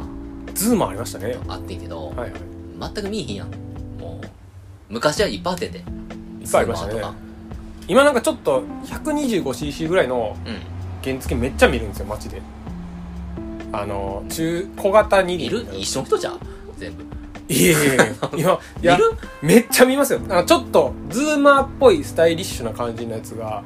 S1: ズームありましたね
S2: ーあってんけど、
S1: はいはい
S2: 全く見えへんやんもう昔はいっぱいあってていっ
S1: いっぱいありましたね今なんかちょっと 125cc ぐらいの
S2: う
S1: 原付めっちゃ見るんですよ街であの中小型に
S2: ん見る一緒の人じゃん全部
S1: いやいや いやいやい
S2: 見
S1: や
S2: る
S1: めっちゃ見ますよあのちょっとズーマーっぽいスタイリッシュな感じのやつが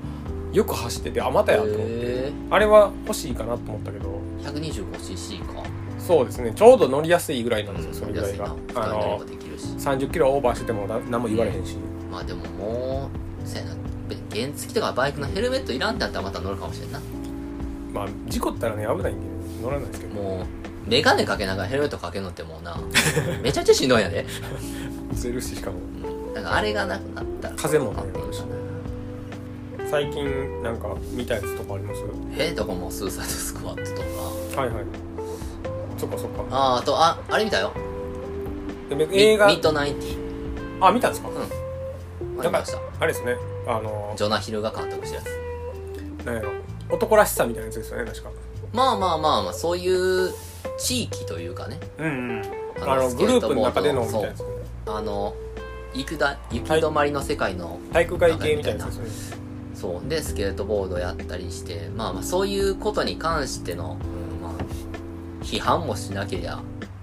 S1: よく走っててあまたやと思って、
S2: へ
S1: あれは欲しいかなと思ったけど
S2: ー 125cc か
S1: そうですねちょうど乗りやすいぐらいなんですよ、それぐら
S2: 安
S1: い
S2: いな
S1: が
S2: 二人
S1: あ
S2: 乗りも
S1: の
S2: できるし
S1: 30キロオーバーしててもな何も言われへんし、
S2: まあでももうせやなべ原付とかバイクのヘルメットいらんってなったらまた乗るかもしれんな
S1: まあ事故ったらね危ないんで乗らないですけど
S2: もうメガネかけながらヘルメットかけんのっても うなめちゃめちゃしんどいんやで、
S1: ずるししかも
S2: うん、だからあれがなくなったら
S1: 風も
S2: な
S1: ね
S2: ってるしな
S1: 最近なんか見たやつとかあります
S2: えーとこもスーサイドスクワットとか
S1: はいはいそっかそっか
S2: あーあとああれ見たよ
S1: で別に
S2: ミ
S1: 映画
S2: ミッドナインティ
S1: あ見たんですか、
S2: ん
S1: な
S2: あ
S1: ん
S2: り
S1: か
S2: ました
S1: あれですねあの
S2: ジョナヒルが監督したやつ
S1: なんやろ男らしさみたいなやつですよね確か
S2: まあまあまあまあそういう地域というかね
S1: うんうん
S2: あの
S1: あの
S2: スケ
S1: グル
S2: ー
S1: ー
S2: ト
S1: プの中でのみたい
S2: ボード
S1: なやつですね
S2: あの行くだ行き止まりの世界の
S1: 体育会系みたいなやつですね
S2: そうでスケートボードやったりしてまあまあそういうことに関しての、うんまあ、批判もしなけりゃ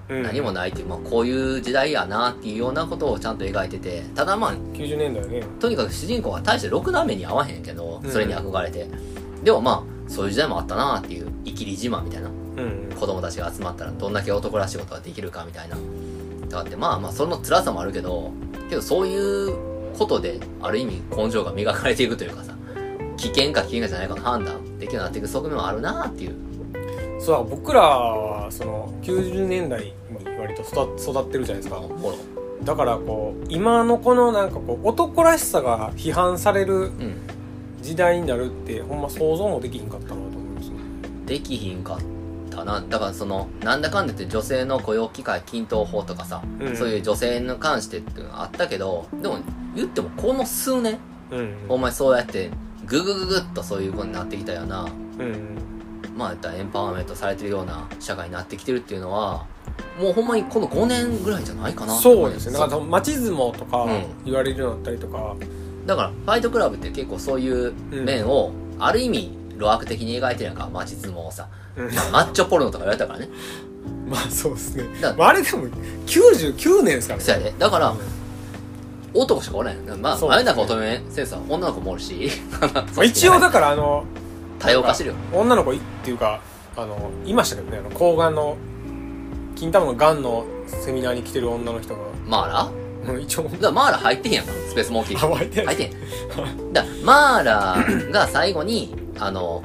S1: うん
S2: 何もないっていう、まあ、こういう時代やなっていうようなことをちゃんと描いててただまあ
S1: 90年代よね
S2: とにかく主人公は大してろくな目に遭わへんけど
S1: うん
S2: それに憧れて、でもまあそういう時代もあったなっていう生きり自慢みたいな
S1: うん
S2: 子供たちが集まったらどんだけ男らしいことができるかみたいなとかってまあまあその辛さもあるけどけどそういうことである意味根性が磨かれていくというかさ危険か危険かじゃないかの判断できるようになっていく側面もあるなっていう
S1: そうだ僕らはその90年代に割と育育ってるじゃないですか
S2: ほら
S1: だからこう今のこのなんかこう男らしさが批判される
S2: うん
S1: 時代になるってほんま想像もできひんかったなと思いますね
S2: できひんかったなだからそのなんだかんだ言って女性の雇用機会均等法とかさ、
S1: うん
S2: そういう女性に関してっていうのがあったけどでも言ってもこの数年
S1: うん
S2: お前そうやってググググっとそういうことになってきたよな
S1: うん
S2: まあ言ったらエンパワーメントされてるような社会になってきてるっていうのはもうほんまにこの5年ぐらいじゃないかなって
S1: そう
S2: 思い
S1: で
S2: ます
S1: ねなんかそのマチズモとか
S2: うん
S1: 言われるようになったりとか、
S2: だからファイトクラブって結構そういう面をある意味路悪的に描いてるやんかマチズモをさ、
S1: うん
S2: まあマッチョポルノとか言われたからね
S1: まあそうですね
S2: だ
S1: まああれでも99年ですからね
S2: そうやでだから
S1: う
S2: 男しかおらんやんまあ
S1: そう
S2: 真夜中乙女先生は女の子もおるし
S1: んま あ一応だからあの
S2: 多様化してるよ
S1: 女の子いっていうかあのいましたけどねあの抗がんの金玉のがんのセミナーに来てる女の人が
S2: マーラ
S1: うん一応
S2: だからマーラ入ってへんやんかスペースモーキー
S1: あ湧いてな
S2: 入
S1: い
S2: ってんだからマーラが最後にあの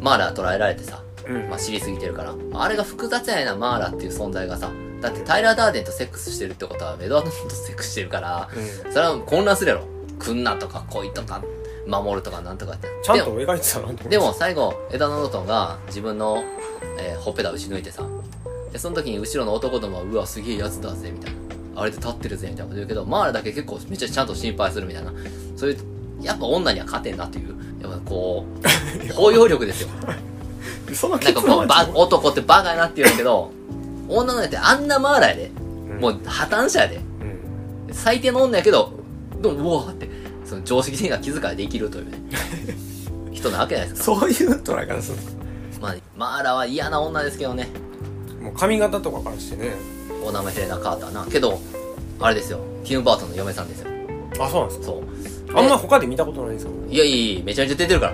S2: マーラ捕らえられてさ
S1: うん
S2: まあ、知りすぎてるからあれが複雑やなマーラっていう存在がさだってタイラー・ダーデンとセックスしてるってことはエドワード・ノートとセックスしてるから
S1: うん
S2: それは混乱するやろ来んなとか来いとか守るとかなんとかって
S1: ちゃん
S2: でも
S1: と描いてたなと思って
S2: でも最後エドワード・ノートンが自分の、えーほっぺた打ち抜いてさでその時に後ろの男どもはうわすげえやつだぜみたいなあれで立ってるぜみたいなこと言うけどマーラだけ結構めっちゃちゃんと心配するみたいなそういうやっぱ女には勝てんなというやっぱこ う包容力ですよ
S1: その
S2: なんかこうば男ってバカやなって言うけど、 女の人ってあんなマーラやで。も
S1: う
S2: う破綻者やで。
S1: ん
S2: 最低の女やけど、でも、うわーって、その常識的な気遣いできるという ね人なわけじゃないですか
S1: そういう捉え方する
S2: まあマーラは嫌な女ですけどね
S1: もう髪型とかからしてね
S2: オーナムヘレナ・カーターなけどあれですよティム・バートンの嫁さんですよ
S1: あそうなんです
S2: そう
S1: かあんま他で見たことないんです よ
S2: いやいやいやめちゃめちゃ出てるから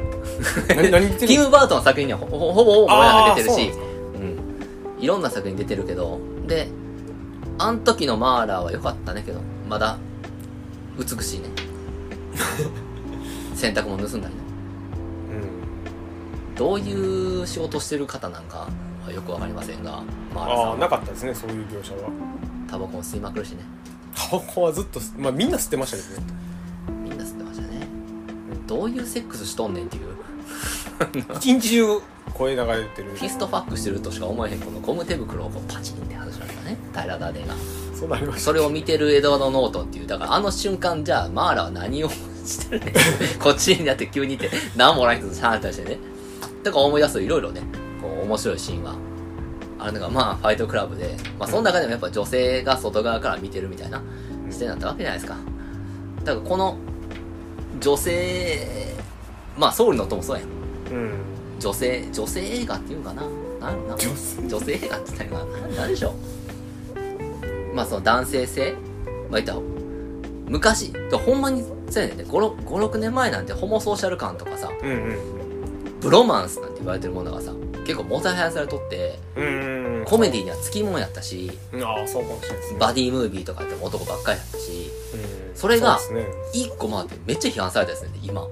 S1: 何何言って
S2: テ
S1: る
S2: ィム・バートンの作品にはほほほぼほぼ俺ら
S1: あー
S2: 出てる
S1: そうなん
S2: し
S1: ですか
S2: うんいろんな作品出てるけどであん時のマーラーは良かったねけどまだ美し いね洗濯も盗んだりね
S1: うん
S2: どういう仕事してる方なんかはよくわかりませんがマーラーさ
S1: ああ
S2: ん
S1: な
S2: は
S1: かったですねそういう描写は
S2: タバコも吸いまくるしね
S1: タバコはずっと吸まあみんな吸ってましたけどね
S2: みんな吸ってましたねどういうセックスしとんねんっていう
S1: 一日中声流れてる
S2: フィストファックしてるとしか思えへんこのゴム手袋をこうパチンって外しましたね平田デが
S1: そうなりました
S2: それを見てるエドワード・ノートンっていう、だからあの瞬間、じゃあ、マーラは何をしてるね こっちになって急にいて、何もない人と話したりしてね。とか思い出すといろいろね、こう、面白いシーンが。あるのが、まあ、ファイトクラブで、まあ、その中でもやっぱ女性が外側から見てるみたいな視点だったわけじゃないですか。だから、この、女性、まあ、ソウルの音もそうやん。
S1: うん
S2: 女性、女性映画っていうんかな。なんやろな。
S1: 女性
S2: 女性映画って言ったらな何でしょうまあその男性性まあ言ったら昔でほんまにそうやねんね56年前なんてホモソーシャル感とかさ
S1: うん
S2: ブロマンスなんて言われてるものがさ結構もたはやされとって
S1: うんうん
S2: コメディにはつきもんやったし
S1: ああそうかもしれないですね
S2: バディムービーとかって男ばっかりやったし
S1: うん
S2: それが
S1: そうですね
S2: 一個回ってめっちゃ批判されたやつね今
S1: うん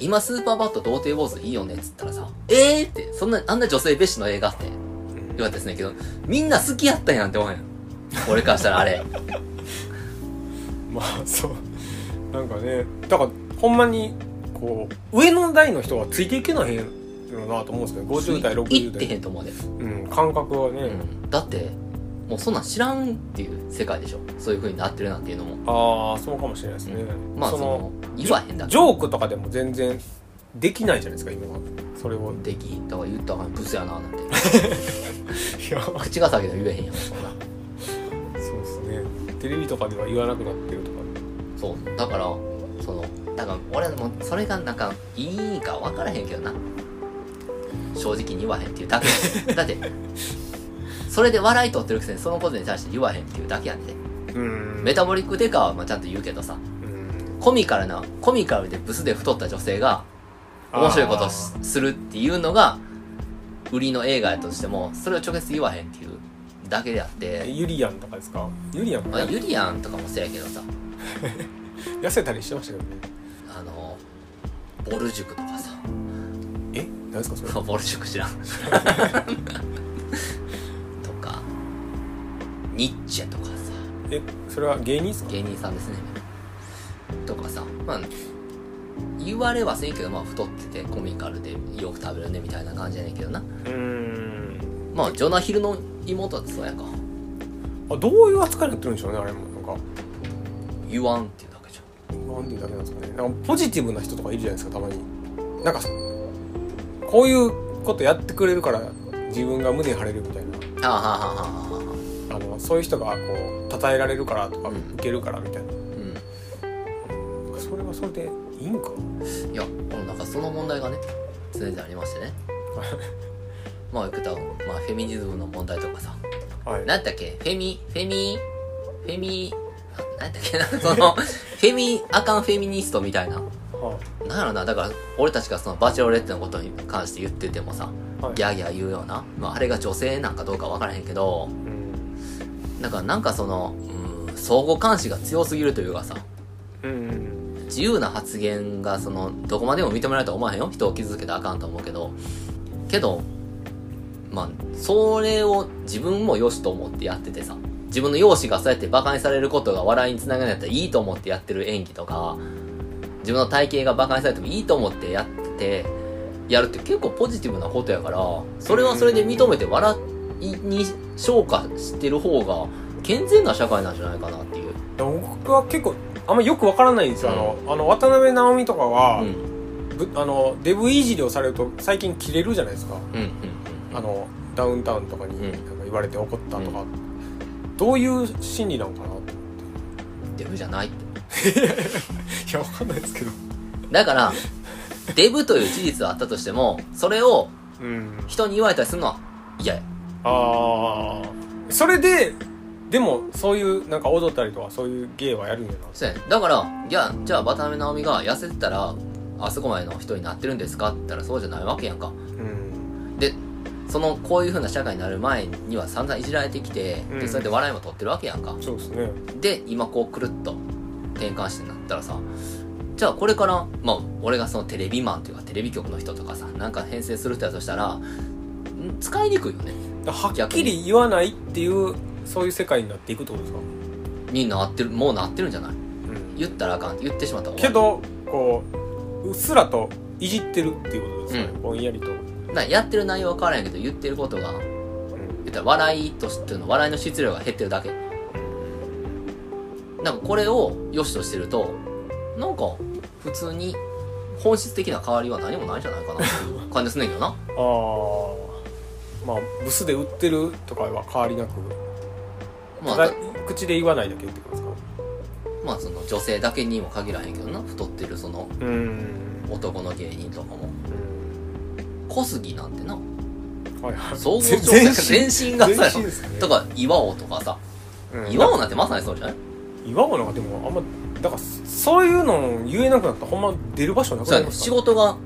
S2: 今スーパーバット童貞坊主いいよねっつったらさえーってそんなあんな女性蔑視の映画ってよかったですねけどみんな好きやったんやんって思うやん俺からしたらあれ
S1: まあそうなんかねだからほんまにこう上の代の人はついていけないよなと思うんですけど50代
S2: い
S1: 60
S2: ってへ
S1: 代、
S2: んと思うで、
S1: うん、感覚はね、
S2: うんだってもうそんなん知らんっていう世界でしょそういう風になってるなんていうのも
S1: ああそうかもしれないですね、
S2: まあそ
S1: その
S2: の言わへんだ
S1: ジョークとかでも全然できないじゃないですか今はそれを
S2: できだから言ったらあかんブスやななんて
S1: いやそう
S2: 口が裂けて言えへんやんそんな
S1: ですねテレビとかでは言わなくなってるとか
S2: そうだからそのだから俺もそれがなんかいいか分からへんけどな正直に言わへんっていうだ けだってそれで笑い取ってるくせにそのことに対して言わへんっていうだけやんで
S1: うん
S2: メタボリックデカはまあちゃんと言うけどさ
S1: うん
S2: コミカルなコミカルでブスで太った女性が面白いことをしするっていうのが売りの映画やとしてもそれを直接言わへんっていうだけであっ
S1: あー
S2: て、
S1: ユリアンとかですかユリアンも
S2: まあ、ユリアンとかもそうやけどさ
S1: 痩せたりしてましたけどね
S2: あのボル塾とかさ
S1: え何ですかそれ
S2: ボル塾知らん とかニッチェとかさ
S1: えそれは芸人ですか
S2: 芸人さんですねとかさまあ言われはせんけどまあ太っててコミカルでよく食べるねみたいな感じやねんけどな
S1: うん
S2: まあジョナヒルの妹だってそうやんか
S1: あどういう扱いになってるんでしょうねあれもなんか
S2: 言わんっていうだけじゃ
S1: なんでだけなんですかねなんかポジティブな人とかいるじゃないですかたまになんかこういうことやってくれるから自分が胸張れるみたいなん
S2: ああはあはあはあはあ
S1: あのそういう人がこう称えられるからとか
S2: うん
S1: 受けるからみたいな、それはそれでいいんか
S2: うんいやこのなんかその問題がね常々ありましてねまあよくたまあフェミニズムの問題とかさ
S1: はい
S2: 何だっけフェミフェミフェミ何だっけな そのフェミアカンフェミニストみたいな
S1: は
S2: なんやろなだから俺たちがそのバチェロレッテのことに関して言っててもさ
S1: いはい
S2: ギャーギャー言うような、まあ、あれが女性なんかどうか分からへんけど
S1: うん
S2: だからなんかそのうん相互監視が強すぎるというかさ
S1: うんうん
S2: 自由な発言がそのどこまでも認められたら思わへんよ人を傷つけたらあかんと思うけどけどまあそれを自分も良しと思ってやっててさ自分の容姿がそうやって馬鹿にされることが笑いにつながらないったらいいと思ってやってる演技とか自分の体型が馬鹿にされてもいいと思ってやっててやるって結構ポジティブなことやからそれはそれで認めて笑いに昇華してる方が健全な社会なんじゃないかなっていう。
S1: でも僕は結構あんまよくわからないんですよ、あのあの渡辺直美とかは、
S2: うん
S1: ぶあのデブいじりをされると最近キレるじゃないですか
S2: うんうんうん
S1: あのダウンタウンとかに
S2: うん
S1: なんか言われて怒ったとか、どういう心理なのかなと
S2: でブじゃないっ て
S1: いやわかんないですけど
S2: だからデブという事実はあったとしてもそれを
S1: うん
S2: 人に言われたりするのは嫌や
S1: ああそれででもそういうなんか踊ったりとかそういう芸はやるんじゃない
S2: そうやねだからいやじゃあ渡辺直美が痩せてたらあそこまでの人になってるんですかって言ったらそうじゃないわけやんか
S1: うん
S2: でそのこういう風な社会になる前には散々いじられてきて
S1: う
S2: で
S1: ん
S2: それで笑いも取ってるわけやんか
S1: そうですね
S2: で今こうくるっと転換してなったらさじゃあこれからまあ俺がそのテレビマンというかテレビ局の人とかさなんか編成する人だとしたらん使いにくいよね
S1: だからはっきり言わないっていうそういう世界になっていくってことですか、
S2: になってるもうなってるんじゃない
S1: うん、
S2: 言ったらあかん言ってしまったら終
S1: け
S2: わ
S1: どこううっすらといじってるっていうことですね、
S2: うん
S1: ぼんやりと、
S2: りなやってる内容は変わらんやけど言ってることが言ったら笑いとしての笑いの質量が減ってるだけなんかこれを良しとしてるとなんか普通に本質的な変わりは何もないんじゃ ないかなっていう感じすんねんけどな
S1: ああまあブスで売ってるとかは変わりなく
S2: まあ
S1: ただ口で言わないだけってことですか
S2: まあその女性だけにも限らへんけどな太ってるその
S1: うーん
S2: 男の芸人とかも小杉なんてな
S1: はいはい
S2: 総合
S1: 全
S2: 調査やから
S1: 全身
S2: 全身がさ
S1: 全身ですね
S2: とか岩尾とかさ
S1: うん
S2: 岩尾なんてまさにそうじゃない
S1: 岩尾なんかでもあんまだからそういうの言えなくなったらほんま出る場所なく
S2: そう
S1: な
S2: や
S1: り
S2: ね
S1: ま
S2: 仕
S1: すか
S2: 事が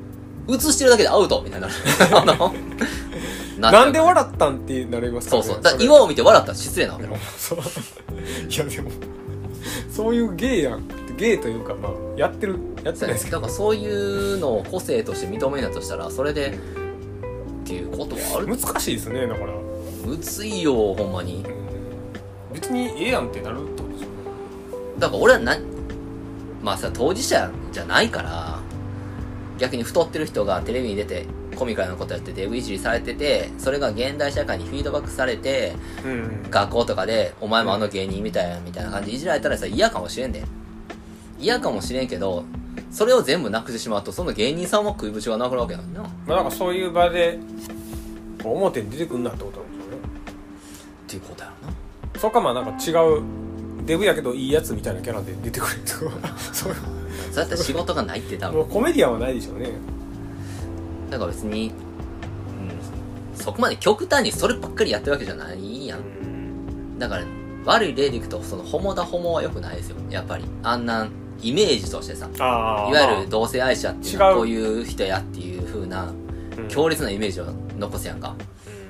S2: 映してるだけでアウ トみたいになるあの
S1: ら
S2: っちゃう
S1: なんで笑ったんってなりますか
S2: そ
S1: ら
S2: う
S1: ね
S2: そうだ
S1: れ
S2: 岩を見て笑ったら失礼なわけよ
S1: そう いやでもそういう芸やん芸というかまあやってるやってない
S2: そうや
S1: で
S2: ね
S1: すけど
S2: だからそういうのを個性として認めるんだとしたらそれでっていうことはある
S1: 難しいですねだから、うん、
S2: むついよほんまに
S1: 別にええやんってなるってことですよね
S2: だから俺はなまあさ当事者じゃないから逆に太ってる人がテレビに出てコミカルなことやってデブいじりされててそれが現代社会にフィードバックされて
S1: うん
S2: 学校とかで「お前もあの芸人みたいやん」みたいな感じでいじられたらさ嫌かもしれんで嫌かもしれんけどそれを全部なくしてしまうとその芸人さんも食いぶちがなくなるわけやんなっ
S1: まあなんかそういう場でこう表に出てくんなってことなんですよね
S2: ていうことやろな
S1: そっかまあなんか違うデブやけどいいやつみたいなキャラで出てくるとか そういう
S2: そうやったら仕事がないって多
S1: も
S2: 分
S1: うコメディアンはないでしょうね
S2: だから別に、うん、そこまで極端にそればっかりやってるわけじゃないやんだから悪い例でいくとそのホモだホモは良くないですよやっぱりあんなイメージとしてさ
S1: ああ
S2: いわゆる同性愛者っていうのは
S1: 違う
S2: こういう人やっていう風な
S1: うん
S2: 強烈なイメージを残すやんか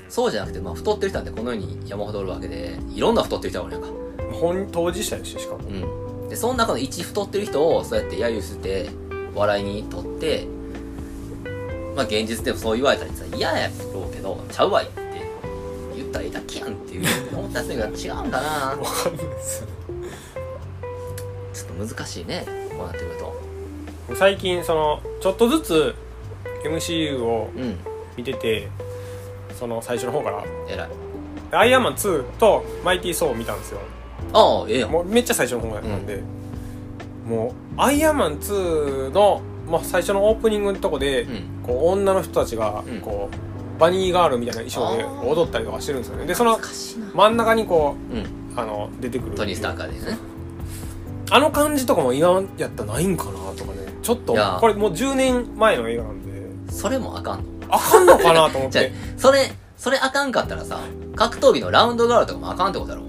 S2: そうじゃなくて、まあ、太ってる人なんてこの世に山ほどおるわけでいろんな太ってる人がおるやんか
S1: 本当事者やししかも
S2: うんでその中の一太ってる人をそうやって揶揄して笑いにとってまあ現実でもそう言われたりさ嫌やろうけどちゃうわいって言ったらいいだけやんっていう思ったりするけど違うんかな
S1: わかんないです
S2: ちょっと難しいねこうなってくると
S1: 最近そのちょっとずつ MCU を
S2: うん
S1: 見ててその最初の方から
S2: 偉い
S1: 「アイアンマン2」と「マイティー・ソー」を見たんですよ
S2: ああええやん
S1: もうめっちゃ最初の方やったんで、もう「アイアンマン2の」まあ、最初のオープニングのとこで、
S2: うん
S1: こう女の人たちが
S2: うん
S1: こう、バニーガールみたいな衣装で
S2: あー
S1: 踊ったりとかしてるんですよねでその
S2: 難しいな
S1: 真ん中にこ
S2: うん
S1: うあの出てくる
S2: トニー・スターカーですね
S1: あの感じとかも今やったらないんかなとかねちょっと
S2: いや
S1: これもう10年前の映画なんで
S2: それもあかんの
S1: あかんのかなと思っ
S2: じゃあ
S1: て
S2: それそれあかんかったらさ格闘技のラウンドガールとかもあかんってことだろ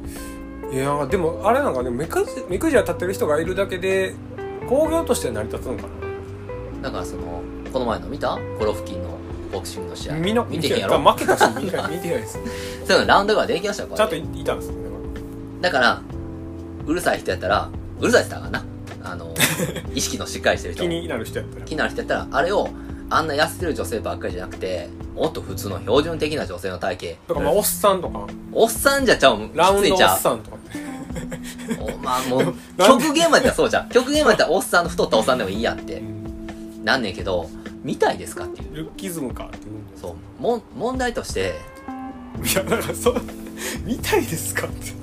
S1: いやでもあれなんかね目くじ目くじら立ってる人がいるだけで興行として成り立つのか
S2: だからそのこの前の見たゴロフキンのボクシングの試合
S1: な見な
S2: 見てへんや
S1: い
S2: ろ
S1: 負けたし見て ない見てないです
S2: そういうのラウンドガールできましたよこれ
S1: ちゃんといいたんですよね
S2: だからうるさい人やったらうるさい人だからな あの意識のしっかりしてる人
S1: 気になる人やったら
S2: 気になる人やったらあれをあんな痩せてる女性ばっかりじゃなくてもっと普通の標準的な女性の体
S1: と
S2: 型
S1: かまあおっさんとか
S2: おっさんじゃちゃうき
S1: ラウン
S2: つ
S1: ド
S2: い
S1: おっ
S2: ちゃう
S1: さんとか
S2: おまあ もう
S1: なんで
S2: 極限までやったらそうじゃん極限までやったらおっさんの太ったおっさんでもいいやって
S1: うん
S2: なんねんけど見たいですかっていう
S1: ルッキズムかっていうん
S2: そうもん問題として
S1: いやだからそう 見たいですかって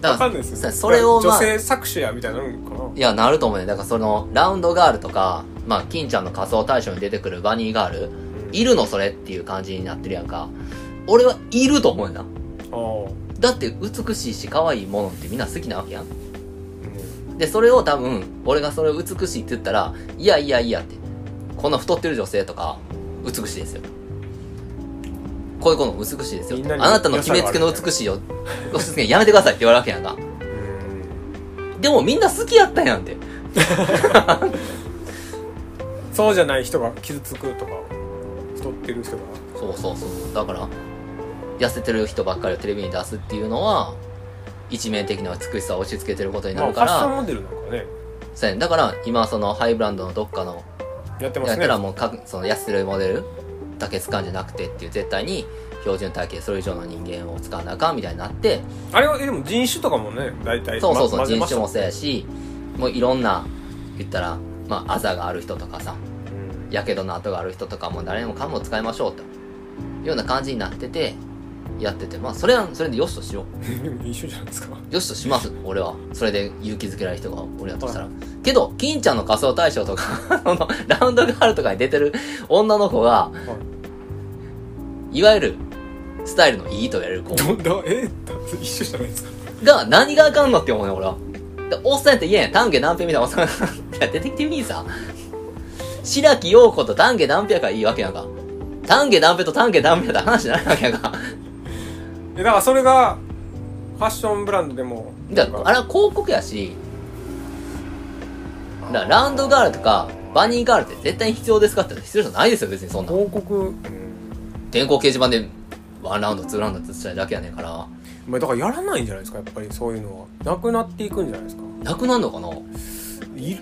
S2: だ
S1: わ
S2: か
S1: からんないですよ
S2: さ
S1: ね
S2: それをま
S1: 女
S2: あ
S1: 性作手やみたいになるんかない
S2: や、なると思うね。だからその、ラウンドガールとか、まあ、金ちゃんの仮想対象に出てくるバニーガール、いるのそれっていう感じになってるやんか。俺はいると思うねんな。
S1: ああ
S2: だって美しいし可愛いものってみんな好きなわけやん。
S1: うん
S2: で、それを多分、俺がそれを美しいって言ったら、いやいやいやって、こんな太ってる女性とか、美しいですよ。こういう子の美しいですよ
S1: みんな
S2: あ
S1: に
S2: なたの決めつけの美しいよ。おすすめやめてくださいって言われるわけやんか。
S1: うん
S2: でもみんな好きやったやんって。
S1: そうじゃない人が傷つくとか太ってる人が
S2: そうそうそう。だから、痩せてる人ばっかりをテレビに出すっていうのは、一面的な美しさを押し付けてることにな
S1: まあ
S2: る
S1: フ
S2: か
S1: ァッ
S2: ら、
S1: ションモデルなんかね
S2: そうやねだから今そのハイブランドのどっかの
S1: やってま
S2: やっ
S1: す
S2: た
S1: ね
S2: らもうかその痩せるモデルだけ使うんじゃなくてっていう絶対に標準体型それ以上の人間を使わなあかんみたいになって
S1: あれはえでも人種とかもね大体
S2: そうそう
S1: ま
S2: そう
S1: 混ぜ
S2: 人
S1: まし
S2: 種
S1: た
S2: もそうやしもういろんな言ったらまああざがある人とかさ
S1: うん
S2: やけどの跡がある人とかも誰もかも使いましょうというような感じになっててやっててまあそれはそれでよしとしよ う
S1: でも一緒じゃないですか
S2: よしとします、俺は。それで勇気づけられる人が俺だとしたら。けど、金ちゃんの仮装大賞とか、 その、ラウンドガールとかに出てる女の子が、い、わゆる、スタイルのいいと言われる子
S1: どどえだ一緒じゃないですか
S2: が、何があかんのって思うね、俺は。でおっさんやって言えん。丹下断平みたいなおっさんが出てきてみーさ。白木陽子と丹下断平からいいわけやんか。丹下断平と丹下断平って話になるわけやんか。
S1: えだからそれがファッションブランドでも
S2: だからあれは広告やし、だからラウンドガールとか、バニーガールって絶対に必要ですかって言ったら必要じゃないですよ、別にそんな。
S1: 広告
S2: 電光掲示板で、ワンラウンド、ツーラウンドってしたいだけやねんから。
S1: まあだからやらないんじゃないですかやっぱりそういうのはなくなっていくんじゃないですか
S2: なくなるのかない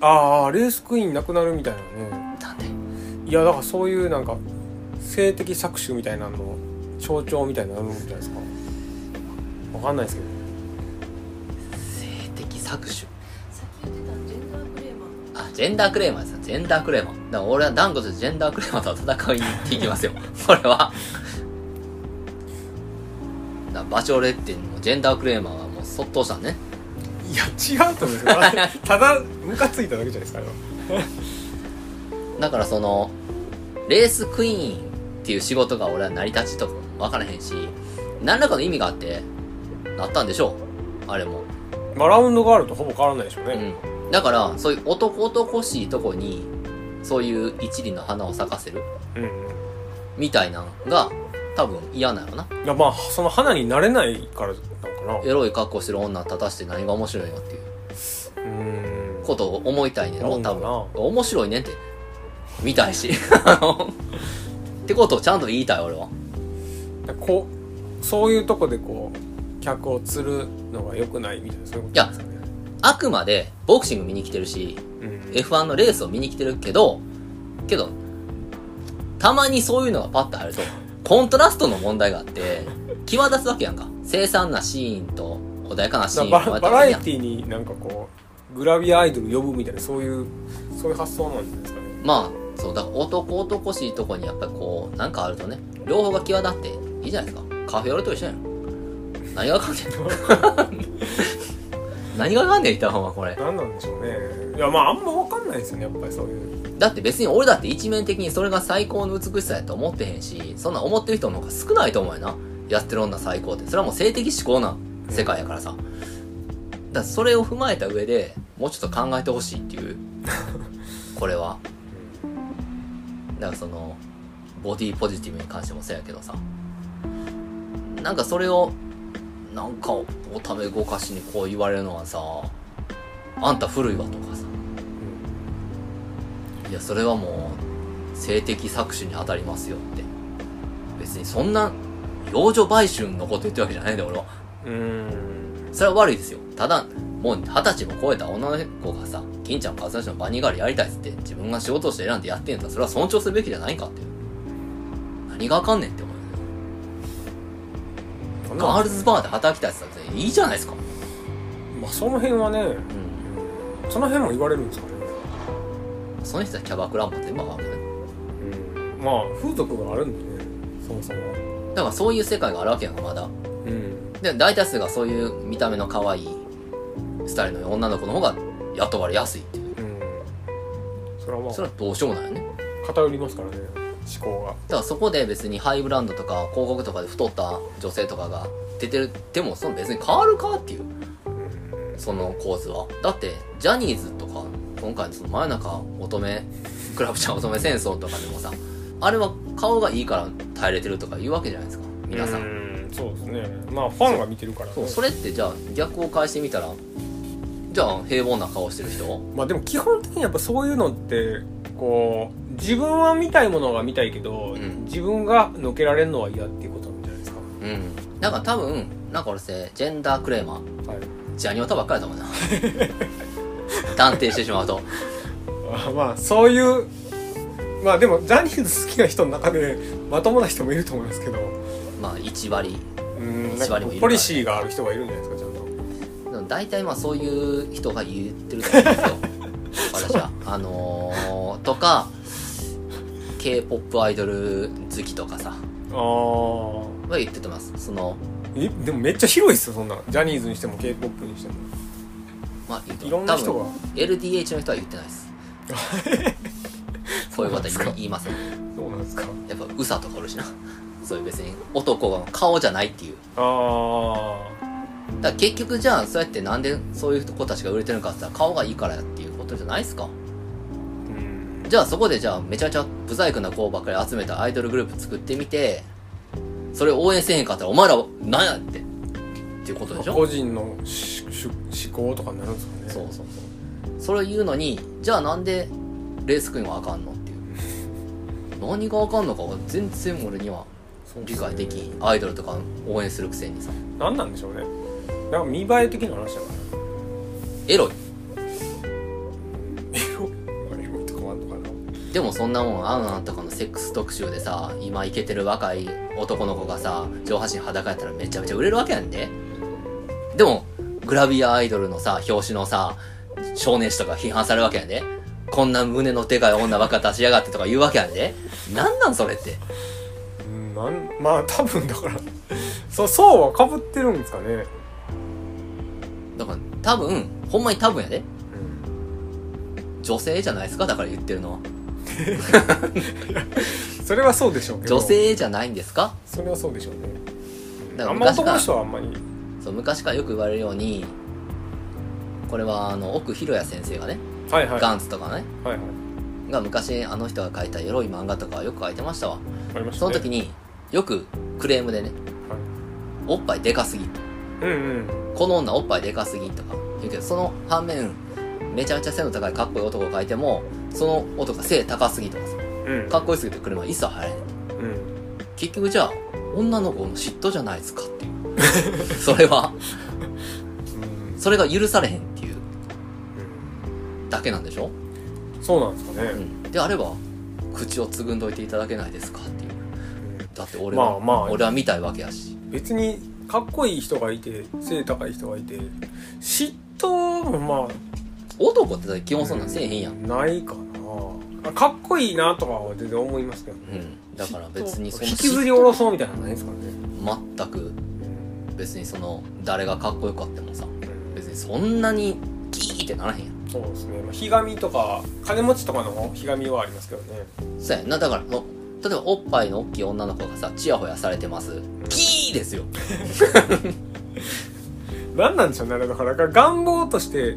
S1: ああレースクイーンなくなるみたいなね
S2: なんで
S1: いやだからそういうなんか性的搾取みたいなのの象徴みたいになるんじゃないですかわかんないですけど
S2: 性的搾取。
S3: さっき言ってたジェンダークレーマー
S2: あ、ジェンダークレーマーですよ、ジェンダークレーマー。だから俺は断固とジェンダークレーマーと戦いに行っていきますよ。これは。だからバチョレッテンのジェンダークレーマーはもうそっとしたね。
S1: いや違うと思うんですよあれ ただムカついただけじゃないですかあれは
S2: だからその、レースクイーンっていう仕事が俺は成り立ちとか分からへんし、何らかの意味があって、なったんでしょう。あれも。
S1: まあラウンドガールとほぼ変わらないでしょう
S2: う
S1: ね、
S2: ん。だから、そういう男々しいとこに、そういう一輪の花を咲かせる、
S1: うんうん
S2: みたいなのが、多分嫌なのな。
S1: いやまあその花になれないからなのか
S2: エロい格好してる女立たして何が面白いのっていう
S1: なうーん
S2: ことを思いたいねんろ、
S1: 思うんだ
S2: 多
S1: な
S2: 分。面白いねんって。見たいし。 あのってことをちゃんと言いたい、俺は。
S1: こうそういうとこでこう客を釣るのが良くないみたいなそういうことなんですかね
S2: あくまで、ボクシング見に来てるし、
S1: うん、
S2: F1 のレースを見に来てるけど、けど、たまにそういうのがパッと入ると、コントラストの問題があって、際立つわけやんか。凄惨なシーンと穏やかなシーン
S1: だからバラバラエ
S2: やん
S1: ティになんかこうグラビアアイドル呼ぶみたいなそういうそういう発想なんじゃないですかね
S2: まあ、そう、だから男男しいとこにやっぱりこう、なんかあるとね、両方が際立っていいじゃないですか。カフェオレと一緒やん。何があかんねん。 何があかんねん、言った方がこれ。
S1: 何なんでしょうねいやまああんま分かんないですよねやっぱりそういう
S2: だって別に俺だって一面的にそれが最高の美しさやと思ってへんし、そんな思ってる人の方が少ないと思うよな。やってる女最高って。それはもう性的思考な世界やからさ。だからそれを踏まえた上で、もうちょっと考えてほしいっていう。これは。だからその、ボディポジティブに関してもそうやけどさ。なんかそれを、なんかおためごかしにこう言われるのはさ、あんた古いわとかさ。いやそれはもう性的搾取に当たりますよって別にそんな幼女売春のこと言ってるわけじゃないんだよ俺は
S1: うん
S2: それは悪いですよただもう二十歳も超えた女の子がさ金ちゃん和義のバニーガールやりたいっつって自分が仕事をして選んでやってんだったらそれは尊重すべきじゃないかっていう何があかんねんって思うよね
S1: そんな
S2: ガールズバーで働きたいっつったら別にいいじゃないですか
S1: まあその辺はね
S2: うん
S1: その辺も言われるんですかね
S2: その人はキャバクラも全部あるわけね
S1: まあ風俗があるんでねそもそも
S2: だからそういう世界があるわけやんかまだ
S1: うん
S2: で大多数がそういう見た目の可愛いスタイルの女の子の方が雇われやすいっていう
S1: うんそれはま
S2: それ
S1: あ
S2: はどうしようもないよね
S1: 偏りますからね思考が
S2: だからそこで別にハイブランドとか広告とかで太った女性とかが出てるでもその別に変わるかっていうその構図は。だって、ジャニーズとか、今回のその真夜中乙女、クラブちゃん乙女戦争とかでもさ、あれは顔がいいから耐えれてるとか言うわけじゃないですか、皆さん。
S1: んそうですねまあファンが見てるからね
S2: そうそれってじゃあ逆を返してみたらじゃあ平凡な顔してる人
S1: まあでも基本的にやっぱそういうのってこう自分は見たいものが見たいけど、
S2: うん
S1: 自分がのけられるのは嫌っていうことなんじゃないですか
S2: うんなんか多分なんか俺せジェンダークレーマー
S1: はい
S2: ジャニオタばっかり だと思うな断定してしまうと
S1: あ まあそういうまあでもジャニーズ好きな人の中でまともな人もいると思いますけど
S2: まあ1割
S1: うん
S2: 一割もいるからね
S1: ポリシーがある人がいるんじゃないですかちゃんと
S2: でも大体まあそういう人が言ってると思 うんですよ私はあのー、とか k p o p アイドル好きとかさ
S1: あ
S2: は言っててますその
S1: あえでもめっちゃ広いっすよそんなジャニーズにしても k p o p にしても
S2: まあ言うと
S1: いろんな人が
S2: 多分 LDH の人は言ってないです そういうことは言いません
S1: そうなんですか
S2: やっぱうさとかおるしなそういう別に男が顔じゃないっていう
S1: ああ
S2: だから結局じゃあそうやってなんでそういう子たちが売れてるのかって言ったら顔がいいからやっていうことじゃないですか
S1: うん
S2: じゃあそこでじゃあめちゃめちゃ不細工な子ばっかり集めたアイドルグループ作ってみてそれを応援せえへんかったらお前らなんやってっていうことでしょ
S1: 個人のしし思考とかになるんですかね
S2: そうそうそうそれを言うのにじゃあなんでレースクイーンはあかんのっていう何があかんのかが全然俺には
S1: そうっす
S2: 理
S1: ね
S2: 解できんアイドルとか応援するくせにさ
S1: 何なんでしょうねだから見栄え的な話だか
S2: エロい
S1: らエロエロとかもあんのかな
S2: でもそんなもんアンアンとかのセックス特集でさ今イケてる若い男の子がさ上半身裸やったらめちゃめちゃ売れるわけやんででもグラビアアイドルのさ表紙のさ少年誌とか批判されるわけやんでこんな胸のでかい女ばっか出しやがってとか言うわけやんでなんなんそれって
S1: うんなんまあ多分だから そう層はかぶってるんですかね
S2: だから多分ほんまに多分やで
S1: う
S2: 女性じゃないですかだから言ってるのは
S1: んそれはそうでしょうけど
S2: 女性じゃないんですか
S1: それはそうでしょうね
S2: だか
S1: あ
S2: ら
S1: んま
S2: 昔
S1: 男
S2: か
S1: の
S2: ら
S1: 人はあんまり
S2: そう昔からよく言われるようにこれはあの奥弘也先生がね
S1: はいはい
S2: ガンツとかね
S1: はいはい
S2: が昔あの人が書いたエロい漫画とかよく書いてましたわ
S1: わかりました
S2: そ
S1: ね
S2: の時によくクレームでね
S1: はい
S2: おっぱいでかすぎ
S1: うんうん
S2: この女おっぱいでかすぎとか言うけどその反面めちゃめちゃ背の高いかっこいい男を書いてもその男が背高すぎとかさ
S1: うん
S2: かっこよすぎて車一切入れない
S1: うん
S2: 結局じゃあ女の子の嫉妬じゃないですかっていう それは
S1: うん
S2: それが許されへんっていうだけなんでしょ、
S1: そうなんですか
S2: う
S1: ね
S2: ん、であれば口をつぐんどいていただけないですかっていうだって俺
S1: ま
S2: は、
S1: あまあ
S2: 俺は見たいわけやし
S1: 別にかっこいい人がいて背高い人がいて嫉妬もまあ
S2: 男ってだって基本そんなんせえへんやん、うん
S1: ないかなあかっこいいなとかは全然思いますけど
S2: だから別に
S1: 嫉
S2: そ
S1: 妬
S2: の
S1: 引きずり下ろそうみたいなのないですかね
S2: 全く別にその誰がかっこよかってもさ別にそんなにギーってならへんやん
S1: そうですねまあひがみとか金持ちとかのひがみはありますけどね
S2: そうやんなだからの例えばおっぱいの大きい女の子がさチヤホヤされてますギーですよ
S1: 何なんでしょうねだから願望として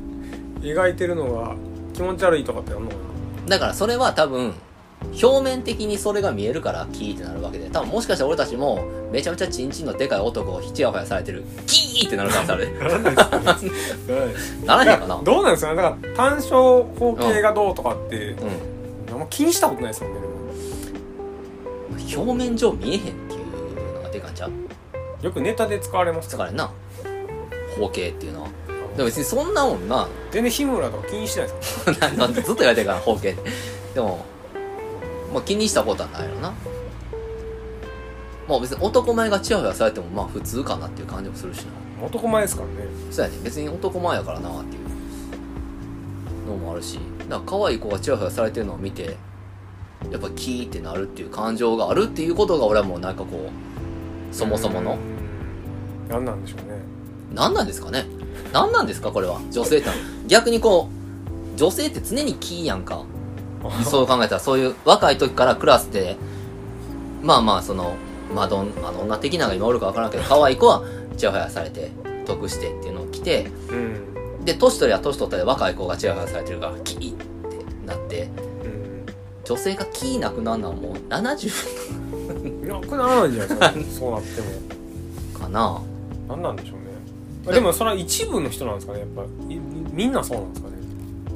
S1: 描いてるのが気持ち悪いとかってあんのか
S2: だからそれは多分表面的にそれが見えるからキーってなるわけで多分もしかしたら俺たちもめちゃめちゃチンチンのでかい男をちやほやされてるキー ってなるからさあれ
S1: なはい
S2: ならへんか な
S1: どうなんですかねだから単焦方形がどうとかって
S2: う
S1: 何も気にしたことないですもんねでも
S2: ん表面上見えへんっていうのがでかいんちゃう
S1: よくネタで使われます
S2: だ
S1: か
S2: かららな包茎っていうのはで
S1: ね
S2: も別にそんなもんな
S1: 全然日村とか気にしてないですか
S2: なんかずっと言われてるから包茎でも、まあ、気にしたことはないよなまあ別に男前がチヤホヤされてもまあ普通かなっていう感じもするしな
S1: 男前ですからね
S2: そうやね別に男前やからなっていうのもあるしだから可愛い子がチヤホヤされてるのを見てやっぱキーってなるっていう感情があるっていうことが俺はもうなんかこうそもそも
S1: う
S2: の
S1: ん何なんでしょうね
S2: 何なんですかね何なんですかこれは女性ってのは逆にこう女性って常にキーやんかそう考えたらそういう若い時からクラスでまあまあそのマドンマドンナ的なのが今おるか分からんけど可愛い子はチヤホヤされて得してっていうのを着て
S1: うん
S2: で年取りは年取ったで若い子がチヤホヤされてるからキーってなって
S1: うん
S2: 女性がキーなくなるのはもう70
S1: なくならないんじゃない ですかそうなっても
S2: かな
S1: 何なんでしょうねあでもそれは一部の人なんですかねやっぱいみんなそうなんですかね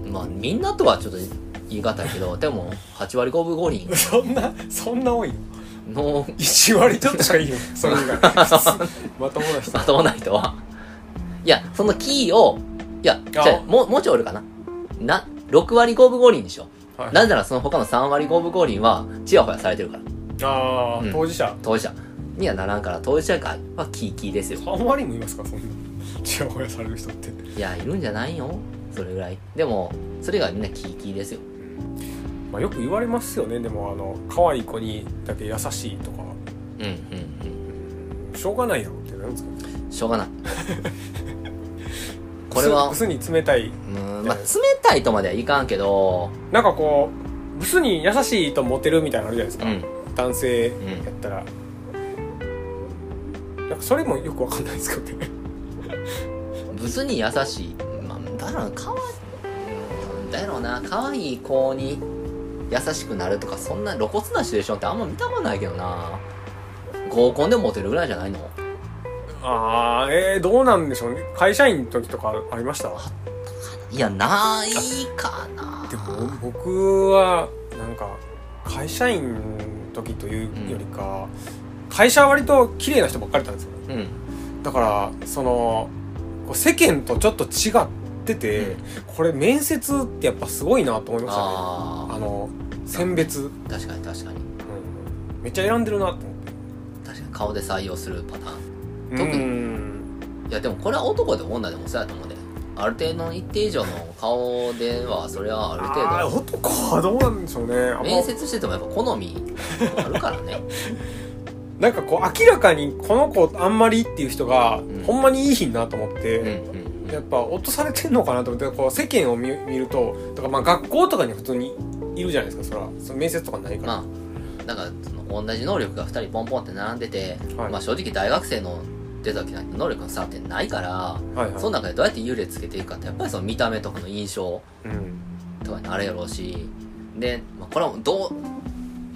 S2: まあみんなとはちょっと言い難いけどでも8割5分5厘
S1: そんなそんな多いの
S2: の
S1: 1割ちょっとしかいいよ それ以外まともな人
S2: まともな人はいやそのキーをいやじ
S1: あ
S2: ゃもうもうちょいおるかなな6割5分5厘でしょ
S1: はい
S2: なぜならその他の3割5分5厘はチヤホヤされてるから
S1: ああ、
S2: うん
S1: 当事者
S2: 当事者にはならんから当事者がまあキーキーですよ
S1: 3割もいますかそんなちやほやされる人って
S2: いやいるんじゃないよそれぐらいでもそれがみんなキーキーですよ
S1: まあ、よく言われますよねでもあの可愛い子にだけ優しいとか
S2: うんうんうん
S1: しょうがないやろってなんですかね
S2: しょうがないこれは
S1: ブスブスに冷たいう
S2: ーんまあ冷たいとまではいかんけど
S1: なんかこうブスに優しいとモテるみたいなのあるじゃないです
S2: う
S1: か、
S2: ん
S1: 男性やったら、なんかそれもよくわかんないですけどね
S2: ブスに優しいまあだろうなかわいうんだろうな可愛い子に優しくなるとかそんな露骨なシチュエーションってあんま見たことないけどな合コンでモテるぐらいじゃないの
S1: ああえー、どうなんでしょうね会社員の時とかありました
S2: いやないかな
S1: でも僕はなんか会社員の時というよりか、会社は割と綺麗な人ばっかりだったんですよね
S2: うん
S1: だからそのこう世間とちょっと違ってて、
S2: うん
S1: これ面接ってやっぱすごいなと思いましたねあ
S2: あ
S1: の選別、うん
S2: あ確かに確かに
S1: めっちゃ選んでるなと思って
S2: 確かに顔で採用するパターン
S1: う
S2: 特に
S1: ん
S2: いやでもこれは男でも女でもそうやと思うねある程度の一定以上の顔ではそれはある
S1: あー
S2: 程
S1: 男はどうなんでしょうねあんま
S2: 度面接しててもやっぱ好みあるから ね
S1: なんかこう明らかにこの子あんまりっていう人が、
S2: ん
S1: ほんまにいい日なと思って、
S2: うんうん
S1: やっぱ落とされてんのかなと思ってこう世間を見見るととかまあ学校とかに普通にいるじゃないですかそらその面接とかないから、
S2: まあなんかその同じ能力が2人ポンポンって並んでて、
S1: はい
S2: まあ正直大学生の出た時なんて能力の差ってないから、
S1: はいはい
S2: その中でどうやって優劣つけていくかってやっぱりその見た目とかの印象
S1: うん
S2: とかにあれやろうしで、まあ、これはもうどう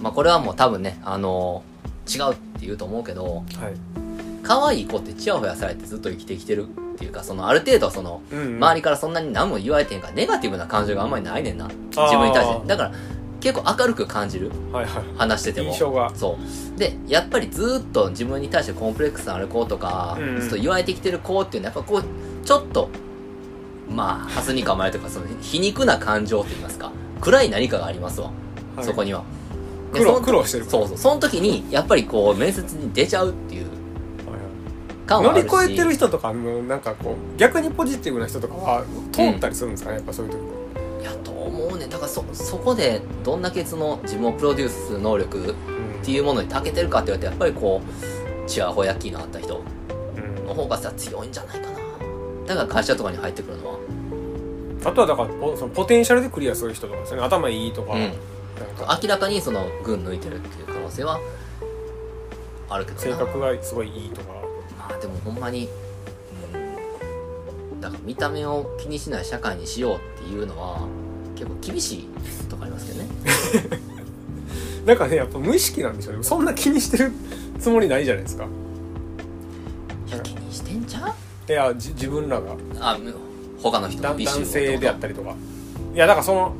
S2: まあこれはもう多分ねあの違うって言うと思うけど
S1: はい
S2: 可愛い子ってチヤホヤされてずっと生きてきてるっていうかそのある程度その
S1: うんうん
S2: 周りからそんなに何も言われてへんからネガティブな感情があんまりないねんな自分に対し
S1: あ
S2: て
S1: ー
S2: だから結構明るく感じる
S1: はいはい
S2: 話してても
S1: 印象が
S2: そうでやっぱりずーっと自分に対してコンプレックスのある子とか、
S1: うんうん
S2: ずっと言われてきてる子っていうのはやっぱこうちょっとまあハスに構えというかその皮肉な感情といいますか暗い何かがありますわ、
S1: はい
S2: そこにはで
S1: 苦
S2: そ
S1: 労
S2: ん
S1: 苦労してる
S2: そうそうその時にやっぱりこう面接に出ちゃうっていう
S1: はいはい
S2: 感は
S1: 乗
S2: あ
S1: り
S2: るし
S1: 越えてる人とかのなんかこう逆にポジティブな人とかは通ったりするんですかね、やっぱそういう時
S2: いやと思うねだからそそこでどんだけその自分をプロデュースする能力っていうものに長けてるかって言われてやっぱりこうチヤホヤキーのあった人
S1: うん
S2: の方がさ強いんじゃないかなだから会社とかに入ってくるのは
S1: あとはだからポそのポテンシャルでクリアする人とかですよね頭いいとか,、
S2: うん
S1: なんか
S2: 明らかにその群抜いてるっていう可能性はあるけどな
S1: 性格がすごいいいとか
S2: まあでもほんまに、うん、だから見た目を気にしない社会にしようっていうのは結構厳しいとかありますけどね
S1: なんかねやっぱ無意識なんでしょうねそんな気にしてるつもりないじゃないですか
S2: いや気にしてんちゃう
S1: いやじ自分らが
S2: あむ他の人
S1: だ
S2: の美
S1: 男
S2: 醜
S1: 性
S2: を
S1: であったりとかいやだからその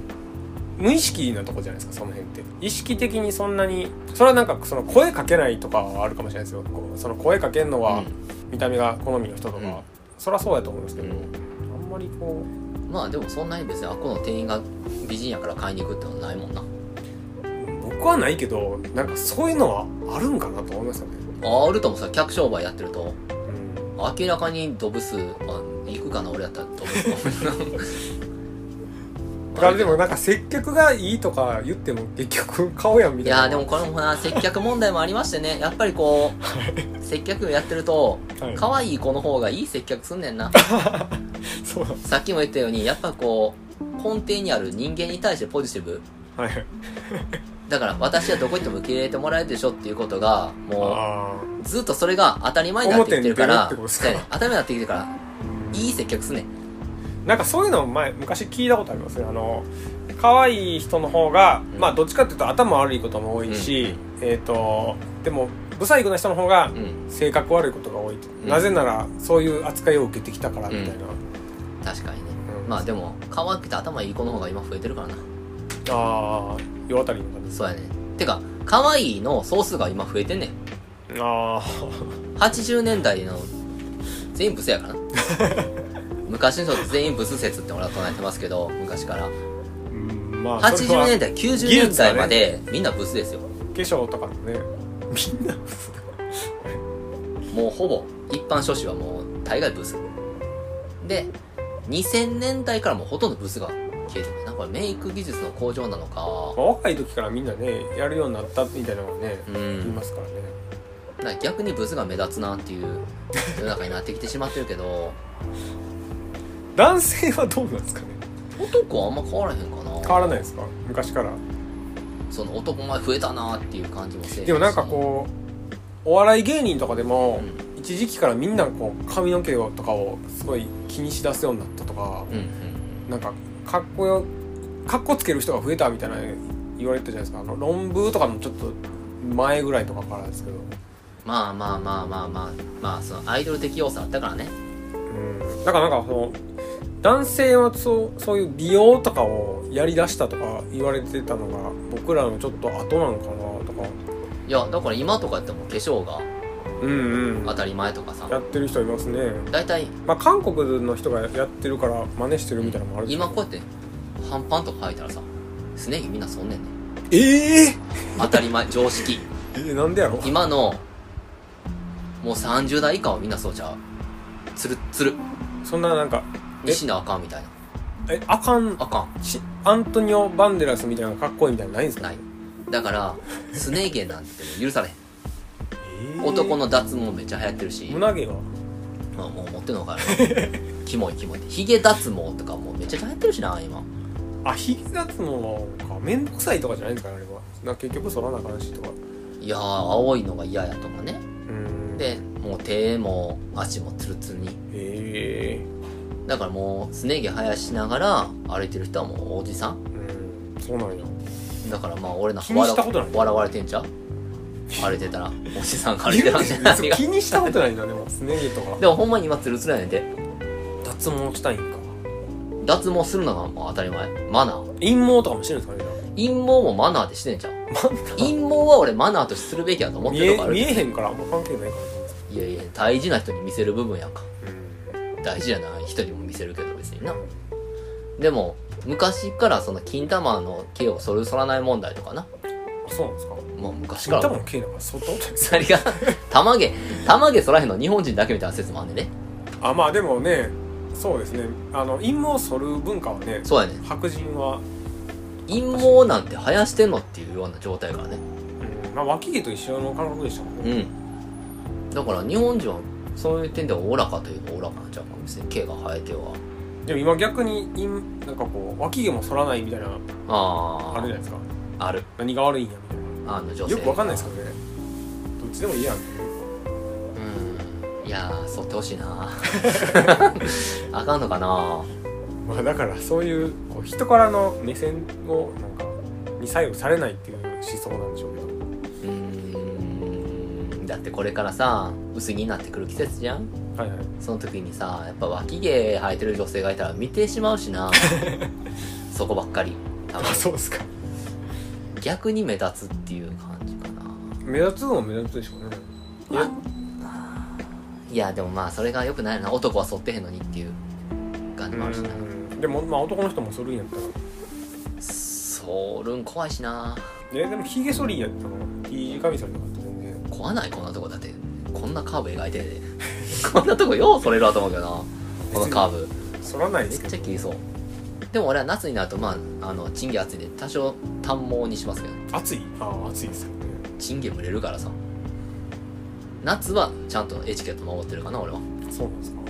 S1: 無意識なとこじゃないですかその辺って意識的にそんなにそれはなんかその声かけないとかはあるかもしれないですよこうその声かけるのは見た目が好みの人とか、
S2: うん
S1: そりゃそうやと思うんですけ
S2: う
S1: ど、
S2: ん
S1: あんまりこう
S2: まあでもそんなに別にあっこの店員が美人やから買いに行くってのはないもんな
S1: 僕はないけどなんかそういうのはあるんかなと思いますよね、
S2: ああるともさ客商売やってると
S1: うん、
S2: 明らかにドブスあ行くかな俺やったらド ブス
S1: だからでもなんか接客がいいとか言っても結局顔やんみ
S2: い
S1: たいな
S2: やーでもこれもな接客問題もありましてねやっぱりこう接客やってると
S1: はい
S2: 可愛い子の方がいい接客すんねんな
S1: そう
S2: さっきも言ったようにやっぱこう根底にある人間に対してポジティブ
S1: はいはい
S2: だから私はどこ行っても受け入れてもらえるでしょっていうことがもう
S1: あ
S2: ずっとそれが当たり前になってきてるから
S1: 表に出るってことですか
S2: そうやね当たり前になってきてるからいい接客すんねん
S1: なんかそういうのも前昔聞いたことありますねあの可愛い人の方が、
S2: うん
S1: まあどっちかっていうと頭悪いことも多いし、えっ、とでも不細工な人の方が
S2: うん
S1: 性格悪いことが多いと、
S2: うん
S1: なぜならそういう扱いを受けてきたからみたいな、
S2: 確かにね
S1: うん
S2: まあでも可愛くて頭いい子の方が今増えてるからな
S1: ああ世渡りの感じ
S2: そうやねてか可愛いの総数が今増えてんねん
S1: あ
S2: 80年代の全員ブスや からな昔の人って全員ブス説って俺は唱えてますけど昔から
S1: あ うんまあそれ
S2: 80
S1: は
S2: 年
S1: 化
S2: 代90
S1: 技
S2: 年
S1: 術だ
S2: 代
S1: ね
S2: までみんなブスですよ
S1: 粧とかもねみんな
S2: もうほぼ一般書士はもう大概ブスで2000年代からもうほとんどブスが消えてるなんかメイク技術の向上なのか
S1: 若い時からみんなねやるようになったみたいなのがね、
S2: う
S1: 言い
S2: ん
S1: ますからね
S2: だから逆にブスが目立つなっていう世の中になってきてしまってるけ ど
S1: 男性はどうなんですかね
S2: 男はあんま変わらへんかな
S1: 変わらないですか昔から
S2: その男前増えたなっていう感じもせえへし
S1: でもなんかこうお笑い芸人とかでも、
S2: う
S1: 一時期からみんなこう髪の毛をとかをすごい気にしだすようになったとか
S2: うんうん
S1: なんかかっこよかっこつける人が増えたみたいな言われてたじゃないですかあの論文とかのちょっと前ぐらいとかからですけど、
S2: まあまあまあまあまあまあそのアイドル的要素あったからね
S1: うん、だからなんかその男性はそうそういう美容とかをやりだしたとか言われてたのが僕らのちょっと後なのかなとか
S2: いやだから今とかやってもう化粧が
S1: うんうん
S2: 当たり前とかさ
S1: やってる人いますね
S2: 大体
S1: まあ、韓国の人がやってるから真似してるみたいなのもあるけど
S2: 今こうやって半パンとか履いたらさスネギみんなそんねんね
S1: ええ
S2: 当たり前常 識
S1: えなんでやろ
S2: 今のもう30代以下はみんなそうちゃうつるっつる
S1: そんななんか
S2: にしなあかんみたいな
S1: えあかん
S2: あかん
S1: しアントニオ・バンデラスみたいなのかっこいいみたいなのないんですか
S2: ないだからスネ毛なんてもう許されへ
S1: え
S2: ん男の脱毛めっちゃ流行ってるし
S1: 胸毛は
S2: まあもう持ってんの かなキモいキモいヒゲ脱毛とかもうめっちゃ流行ってるしな今
S1: あひげ脱毛か面倒くさいとかじゃないんですかねあれはなんか結局剃らなあかんしとか
S2: いやー青いのが嫌やとかね
S1: うん
S2: でもう手も足もツルツルに
S1: ええ
S2: だからもうすね毛生やしながら歩いてる人はもうおじさん
S1: うんそうなんや
S2: だからまあ俺の
S1: 気にしたことない
S2: 笑笑われてんちゃう歩いてたらおじさんが歩いてるんじゃない
S1: そう気にしたことないなでもすね毛とか
S2: でもほんまに今ツルツルやねんて
S1: 脱毛したいんか
S2: 脱毛するのがもう当たり前マナー
S1: 陰毛とかもしてるんですかね
S2: 陰毛もマナーでしてんじゃん陰毛は俺マナーとしてするべきやと思っ
S1: 見
S2: てる
S1: え
S2: とかある
S1: 見え
S2: け
S1: へんからあんま関係ないかもしれないです
S2: どいやいや大事な人に見せる部分やんか
S1: うん
S2: 大事じゃない人にも見せるけど別になでも昔からその金玉の毛を剃る剃らない問題とかな
S1: あそうなんですか
S2: もう昔か
S1: 金
S2: ら
S1: 玉の毛なんか相当
S2: それが 玉毛玉毛剃らへんの日本人だけみたいな説もあんねんね
S1: あまあでもねそうですねあの陰毛を剃る文化はね
S2: そうやねん
S1: 白人は、
S2: 陰毛なんて生やしてんのっていうような状態やからね
S1: うんまあ、脇毛と一緒の感覚でしたもん
S2: う
S1: ね、
S2: んだから日本人はそういう点ではおおらかというかおおらかなちゃうかも別に毛が生えては
S1: でも今逆に陰なんかこう脇毛も剃らないみたいなの
S2: あ
S1: あ
S2: あ
S1: るじゃないですか
S2: ある
S1: 何が悪いんやみたい
S2: あの女
S1: な
S2: 性
S1: よくわかんないです
S2: か
S1: けどねどっちでもいいやんっていう
S2: うんいやー剃ってほしいな あかんのかな
S1: まあだからそういうこう人からの目線をなんかに左右されないっていう思想なんでしょうけど
S2: うーんだってこれからさ薄着になってくる季節じゃん
S1: はいはい
S2: その時にさやっぱ脇毛生えてる女性がいたら見てしまう しなそこばっかり多
S1: あ
S2: 分
S1: そうですか
S2: 逆に目立つっていう感じかな
S1: 目立つのも目立つでしょうねいや
S2: いやでもまあそれがよくないよな男は剃ってへんのにっていう感じもあるしな
S1: うんでもまあ男の人も剃るんやったら
S2: 剃るん怖いしな
S1: えでもヒゲ剃りやったのいいカミソリとかって全然
S2: 怖ないこんなとこだってこんなカーブ描いてるでこんなとこよう剃れるわと思うけどなこのカーブ
S1: 剃らないで
S2: めっ
S1: すけ
S2: ち
S1: ど
S2: ゃ切りそうでも俺は夏になるとまああのチンゲ熱いんで多少短毛にしますけど
S1: 暑いああ暑いですよね
S2: チンゲ蒸れるからさ夏はちゃんとエチケット守ってるかな俺は、
S1: そうなんですか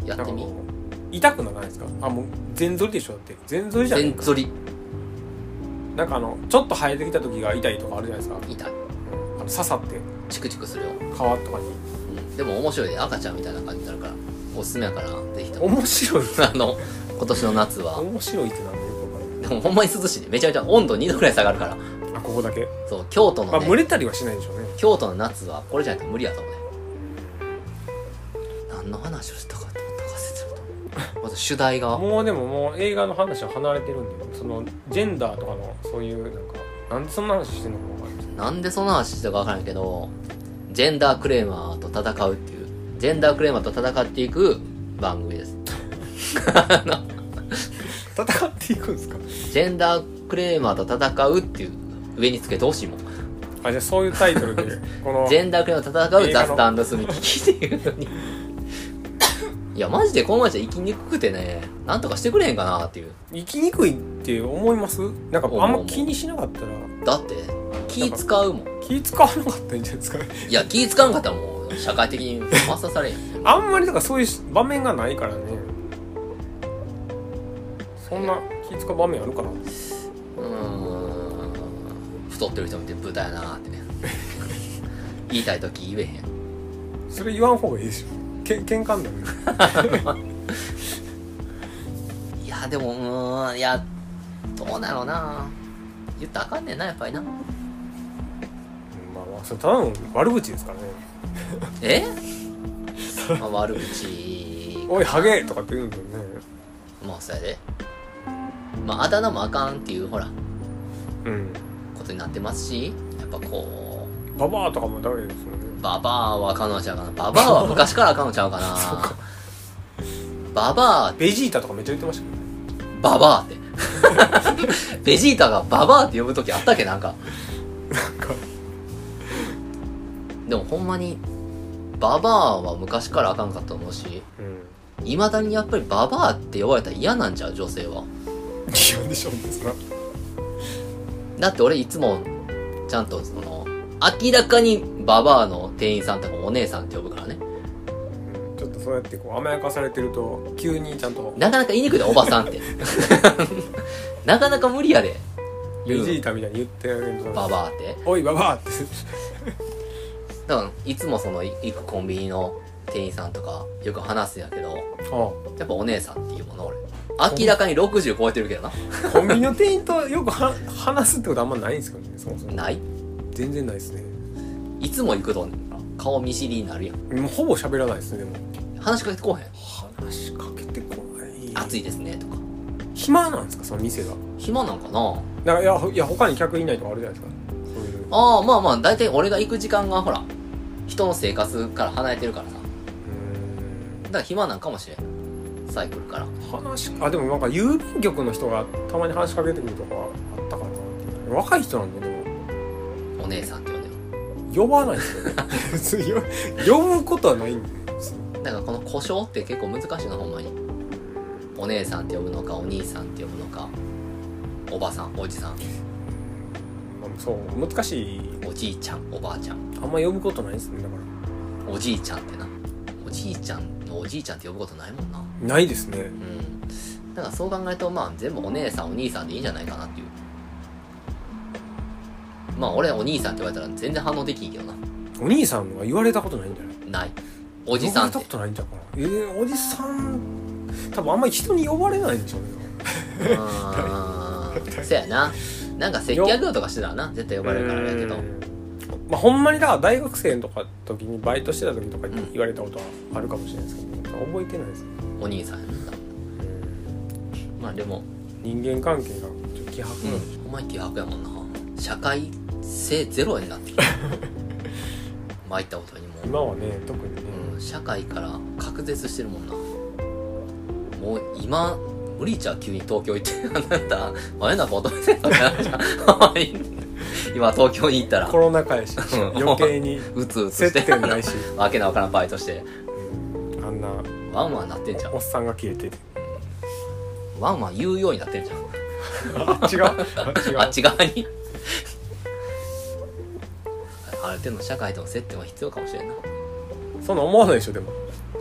S2: うん、や
S1: な
S2: っ
S1: ん
S2: て
S1: か
S2: み
S1: こう痛くならないですかあもう全剃りでしょだって全剃りじゃない
S2: 全剃り
S1: なんかあのちょっと生えてきた時が痛いとかあるじゃないですか
S2: 痛い
S1: あの刺さって
S2: チクチクするよ、
S1: 皮とかに
S2: うん、でも面白いで赤ちゃんみたいな感じになるからおすすめやからぜひとも
S1: 面白い
S2: あの今年の夏は
S1: 面白いってなんでよくわか
S2: でもほんまに涼しいねめちゃめちゃ温度2度くらい下がるから
S1: らんあここだけ、
S2: そう京都
S1: ま
S2: の
S1: あ、蒸
S2: ね
S1: れたりはしないでしょうね
S2: 京都の夏はこれじゃないと無理やと思うね何の話をしたかと思ったか忘れてるとまず主題が
S1: もうでももう映画の話は離れてるんでそのジェンダーとかのそういうなんかなんでそんな話してんのかわかんないです
S2: なんでその話したかわからんけど、ジェンダークレーマーと戦うっていう、ジェンダークレーマーと戦っていく番組です。
S1: 戦っていくんですか
S2: ジェンダークレーマーと戦うっていう、上につけてほしいもん。
S1: あじゃあそういうタイトル でこの
S2: ジェンダークレーマーと戦う
S1: 映
S2: ザ・
S1: 画の
S2: スタンド・スミキっていう のに。いや、マジでこの街は生きにくくてね、なんとかしてくれへんかなっていう。
S1: 生きにくいって思いますなんかあんま気にしなかったら
S2: だって、気使うもん。
S1: 気使わなかったんじゃないですかね
S2: いや、気使わんかったらもう、社会的に抹殺されへん。
S1: あんまりだからそういう場面がないからねそんな気使う場面あるかな
S2: うーん太ってる人見て豚やなーってね言いたい時言えへん
S1: それ言わん方がいいでしょけん 喧嘩になるよ
S2: いやでもうーんいやどうなろうな言ったらあかんねんなやっぱりな
S1: まあまあそれただの悪口ですからね
S2: えまあ悪口
S1: 「おいハゲ!」とかって言うんだよね
S2: もうそれでまああだ名もあかんっていうほら
S1: うん
S2: ことになってますしやっぱこ
S1: ババアとかもダメですよね
S2: うババアはあかんのちゃうかなババアは昔からあかんのちゃうかなババア
S1: ベジータとかめっちゃ言ってましたけどね
S2: ババアって。 ベジータがババアって呼ぶときあったっけなんか。
S1: なんか
S2: でもほんまに、ババアは昔からあかんかったと思うし、
S1: うん
S2: 未だにやっぱりババアって呼ばれたら嫌なんちゃう女性は。
S1: 嫌でしょ別な
S2: だって俺いつも、ちゃんとその、明らかにババアの店員さんとかお姉さんって呼ぶからね。
S1: うんちょっとそうやってこう甘やかされてると急にちゃんと
S2: なかなか言いにくいで、おばさんって。 なかなか無理やで。
S1: ベジータみたいに言ってあげると
S2: ババアって。
S1: おいババアって
S2: だから、いつもその、行くコンビニの店員さんとか、よく話すんやけど、
S1: あ
S2: やっぱお姉さんっていうもの俺。明らかに60超えてるけどな。
S1: あコンビニの店員とよくは話すってことあんまないんですけどねそもそも
S2: ない
S1: 全然ないですね
S2: いつも行くと顔見知りになるやん。
S1: もうほぼ喋らないですねでも
S2: 話しかけてこうへん。
S1: 話しかけてこない
S2: 暑いですね、とか。
S1: 暇なんですかその店が
S2: 暇なんかな
S1: だからいやほいや他に客いないとかあるじゃないですかそういう
S2: ああ、まあまあ、だいたい俺が行く時間がほら、人の生活から離れてるからさ。
S1: う
S2: だから暇なんかもしれん。サイクルから。
S1: ーん話しあでもなんか郵便局の人がたまに話しかけてくるとかあったかな若い人なんででも
S2: お姉さんって呼んでる。
S1: 呼ばないですよね別に呼呼ぶことはないんで
S2: だからこの故障って結構難しいの、ほんまに。お姉さんって呼ぶのか、お兄さんって呼ぶのか、おばさん、おじさん、
S1: まあそう難しい
S2: おじいちゃん、おばあちゃん、
S1: あんま呼ぶことないですねだか
S2: おじいちゃんってな。おじいちゃんのおじいちゃんって呼ぶことないもんな。
S1: らないですね
S2: うん、だからそう考えるとまあ全部お姉さんお兄さんでいいんじゃないかなっていうまあ俺お兄さんって言われたら全然反応できんけどな
S1: お兄さんは言われたことないんじゃない
S2: ないおじさんっ
S1: 呼ばれ
S2: て
S1: たことないんじゃうかなえー、おじさん多分あんまり人に呼ばれないんでしょうね
S2: うーんそやななんか接客業とかしてたらな絶対呼ばれるからあれやけど
S1: うんまあほんまにだから大学生のとか時にバイトしてた時とかに
S2: うん
S1: 言われたことはあるかもしれないですけど、覚えてないですね
S2: お兄さんやなまあでも
S1: 人間関係がちょっと希薄なんでし
S2: うんお前気迫やもんな社会性ゼロにな ってきた参ったことにも
S1: ょう今はね特にね、
S2: うん社会から隔絶してるもんなもう今無理ちゃう急に東京行って あなた真夜中乙女戦争みたいにな るじゃんほんまに今東京に行ったら
S1: コロナ禍やし
S2: うん
S1: 余計 に
S2: うつうつし
S1: 接
S2: て
S1: 点ないし、
S2: わけのわからんバイトして
S1: うんあんな
S2: ワンワンなってんじゃん
S1: おっさんが消え てて
S2: ワンワン言うようになってんじゃん
S1: あ違う違う
S2: あっち側に ある程度の社会との接点は必要かもしれんな
S1: そんな思わないでしょでも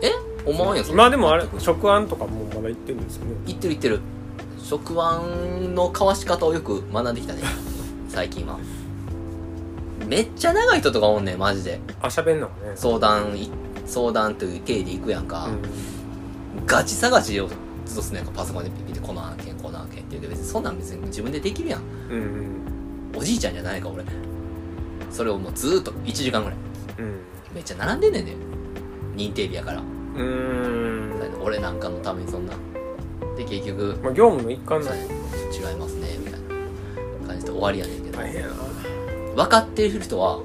S2: え思わんよそんな
S1: 今でもあれ
S2: 全く
S1: 食案とかもうまだ行ってるんですよね
S2: 言ってる言ってる食腕の交わし方をよく学んできたね最近はめっちゃ長い人とかおんねんマジで
S1: あしゃべんのはね
S2: 相談い相談という体で行くやんか、
S1: う
S2: ガチ探しをずっとすねパソコンで見てこの案件この案件って言うけど別にそんなん別に自分でできるやん
S1: うん
S2: おじいちゃんじゃないから俺それをもうずーっと1時間ぐらい
S1: うん
S2: めっちゃ並んでんねんで認定日やから
S1: うんうん
S2: 俺なんかのためにそんなで結局
S1: まあ業務の一環だね
S2: 違いますねみたいな感じで終わりやねんけど
S1: 大変やな
S2: 分かっている人は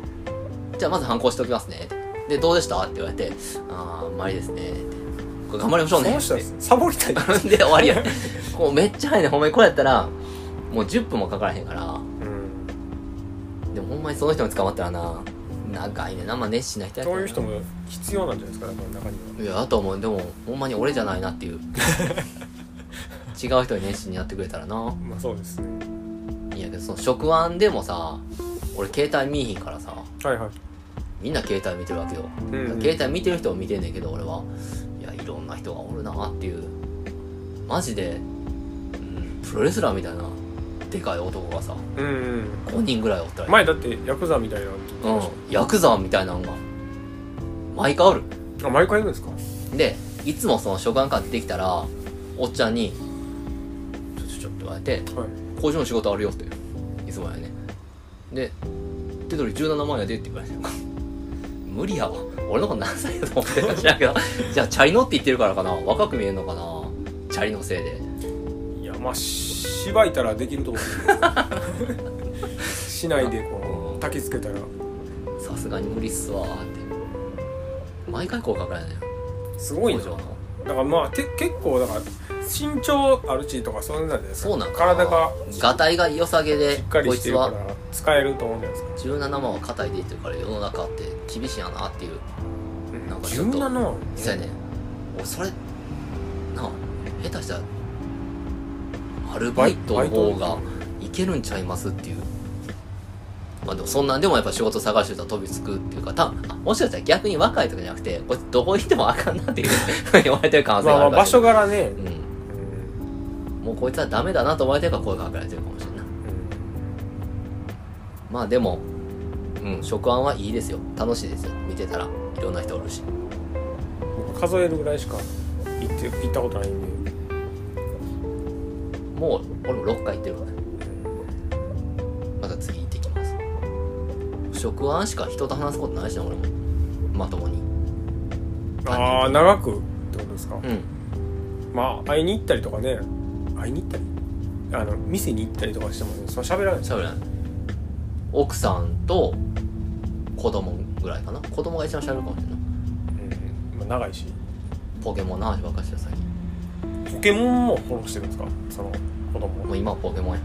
S2: じゃあまず反抗しておきますねでどうでしたって言われてああまりですねこれ頑張りましょう
S1: そ
S2: ね
S1: の人はサボりたい
S2: で終わりやこうめっちゃ早いねほんまにこれやったらもう10分もかからへんから
S1: うん
S2: でもほんまにその人に捕まったらな長いねなまあ熱心な人やけ
S1: そう
S2: どな
S1: いう人も必要なんじゃないですかだから中にはい
S2: やだと思うでもほんまに俺じゃないなっていう 違う人に熱心にやってくれたらな
S1: まあそうですね
S2: いいやけどその職案でもさ俺携帯見えへんからさ
S1: はいはい
S2: みんな携帯見てるわけよ、
S1: うんうん
S2: 携帯見てる人を見てんねんけど俺はいやいろんな人がおるなっていうマジで、うん、プロレスラーみたいなでかい男がさ
S1: うんうん
S2: 5人ぐらいおったら、
S1: 前だってヤクザみたいなの
S2: うん、ヤクザみたいなのが毎回おる
S1: あ毎回いるんですか
S2: でいつもその職案買ってきたらおっちゃんに「ちょちょちょ」って言われて
S1: はい
S2: 「工場の仕事あるよ」っていつもやねで「手取り17万やで」って言われて 無理やわ俺の子何歳だと思ってるか知らんけど じゃあチャリ乗って言ってるからかな若く見えるのかなチャリのせいで
S1: いやまあししばいたらできると思 うしないでこう焚きつけたら
S2: さすがに無理っすわーって毎回効果からやね
S1: すごい
S2: 工
S1: な
S2: 場
S1: だか
S2: の
S1: らまあて結構だから身長あるちとかそういうのじゃないですか
S2: そうなんかな
S1: 体が
S2: ガタイが良さげで
S1: しっかり
S2: こい
S1: して
S2: つ
S1: るか
S2: は
S1: ら使えると思うんじゃないですか
S2: 17万は肩入れてるから世の中って厳しいやなっていう
S1: うん
S2: なんかちょっと
S1: 17の
S2: そうやねん俺それなあ下手したらアルバイトの方がいけるんちゃいますっていうまあでもそんなんでもやっぱ仕事探してたら飛びつくっていうかたあもしかしたら逆に若いとかじゃなくてこいつどこ行ってもあかんなっていう 言われてる可能性
S1: まあ
S2: が
S1: まあ
S2: あるから
S1: 場所柄ね
S2: う
S1: うんん
S2: もうこいつはダメだなと思われてるから声がかけられてるかもしれんないまあでもうん職案はいいですよ楽しいですよ見てたらいろんな人おるし
S1: うん僕数えるぐらいしか行って行ったことないんで
S2: もう俺も6回行ってるからまた次行ってきます職案しか人と話すことないしな俺もまともに
S1: ああ長くってことですか
S2: うん
S1: まあ会いに行ったりとかね会いに行ったりあの店に行ったりとかしてもねその喋らないです
S2: 喋らない奥さんと子供ぐらいかな子供が一番喋るかもしれない
S1: うんまあ、長いし
S2: ポケモンの話ばっかりしてる最近
S1: ポケモンもフォローしてるんですかその子供
S2: もう今はポケモンや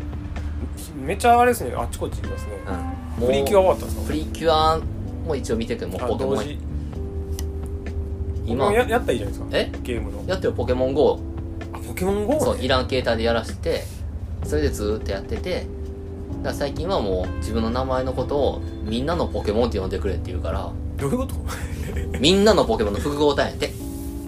S1: めっちゃあれですねあっちこっち行きますね
S2: うんもう
S1: プリキュア終わったんですか
S2: プリキュアも一応見てるけどもう
S1: あ
S2: ポケ
S1: 同
S2: モンや
S1: 時
S2: 今
S1: 今ややったらいいじゃないですか
S2: え
S1: ゲームの
S2: やってるポケモン GO
S1: あポケモン GO ね
S2: そういらん携帯でやらしてそれでずーっとやっててだから最近はもう自分の名前のことをみんなのポケモンって呼んでくれって言うから
S1: どういうこと
S2: みんなのポケモンの複合体やって。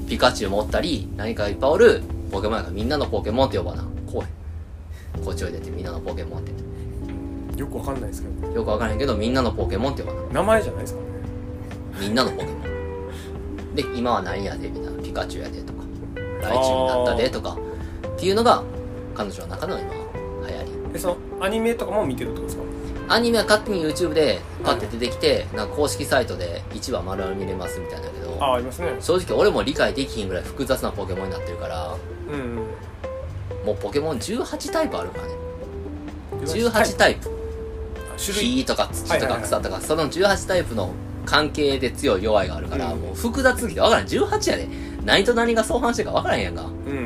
S2: ピカチュウ持ったり、何かいっぱいおるポケモンやからみんなのポケモンって呼ばな。こうへ。こっちおいでってみんなのポケモンって。
S1: よくわかんないですけど
S2: よくわからへんけど、みんなのポケモンって呼ばな。
S1: 名前じゃないですかね
S2: みんなのポケモン。で、今は何やでみたいな。ピカチュウやでとか。ライチュウになったでとか。っていうのが、彼女の中の今、流行り。
S1: えそのアニメとかも見てるってことですか
S2: アニメは勝手に YouTube で、パッて出てきて、なんか公式サイトで1話丸々見れますみたいなんだけ
S1: あ
S2: ど、
S1: あありますね
S2: 正直俺も理解できひんぐらい複雑なポケモンになってるから、
S1: うんうん
S2: もうポケモン18タイプあるからね
S1: タイ
S2: 18
S1: プ
S2: タイプ
S1: あ種類
S2: 火とか土
S1: はい
S2: と
S1: はいはい
S2: か草とかその18タイプの関係で強い弱いがあるから、
S1: うん
S2: もう複雑すぎて分からん18やで何と何が相反してるか分からんやんか
S1: うんう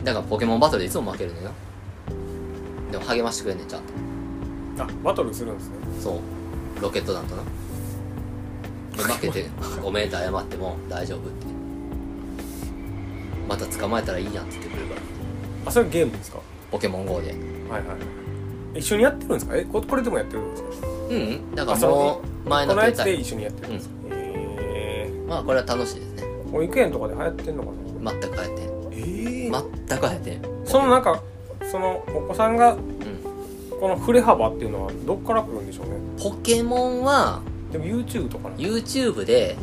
S1: ん
S2: だからポケモンバトルでいつも負けるのよでも励ましてくれんねんちゃんと
S1: あバトルするんですね
S2: そうロケット弾となで 負けてごめんって謝っても大丈夫ってまた捕まえたらいいやんって言ってくれるから
S1: あそれゲームですか
S2: ポケモン GO で
S1: はいはいえ一緒にやってるんですかえここれでもやってるんですか
S2: うんうんだか
S1: あ
S2: ら
S1: そう
S2: もう前
S1: こ
S2: の
S1: のやつ
S2: 携
S1: で
S2: 帯
S1: 一緒にやってるんですか、え
S2: まあこれは楽しいですね
S1: ー、保育園とかで流行ってんのかな
S2: 全く変えてん
S1: えー
S2: 全く変えてん
S1: そのなんかそのお子さんが
S2: うん
S1: この振れ幅っていうのはどっから来るんでしょうね
S2: ポケモンは
S1: でも YouTube とかな
S2: YouTube で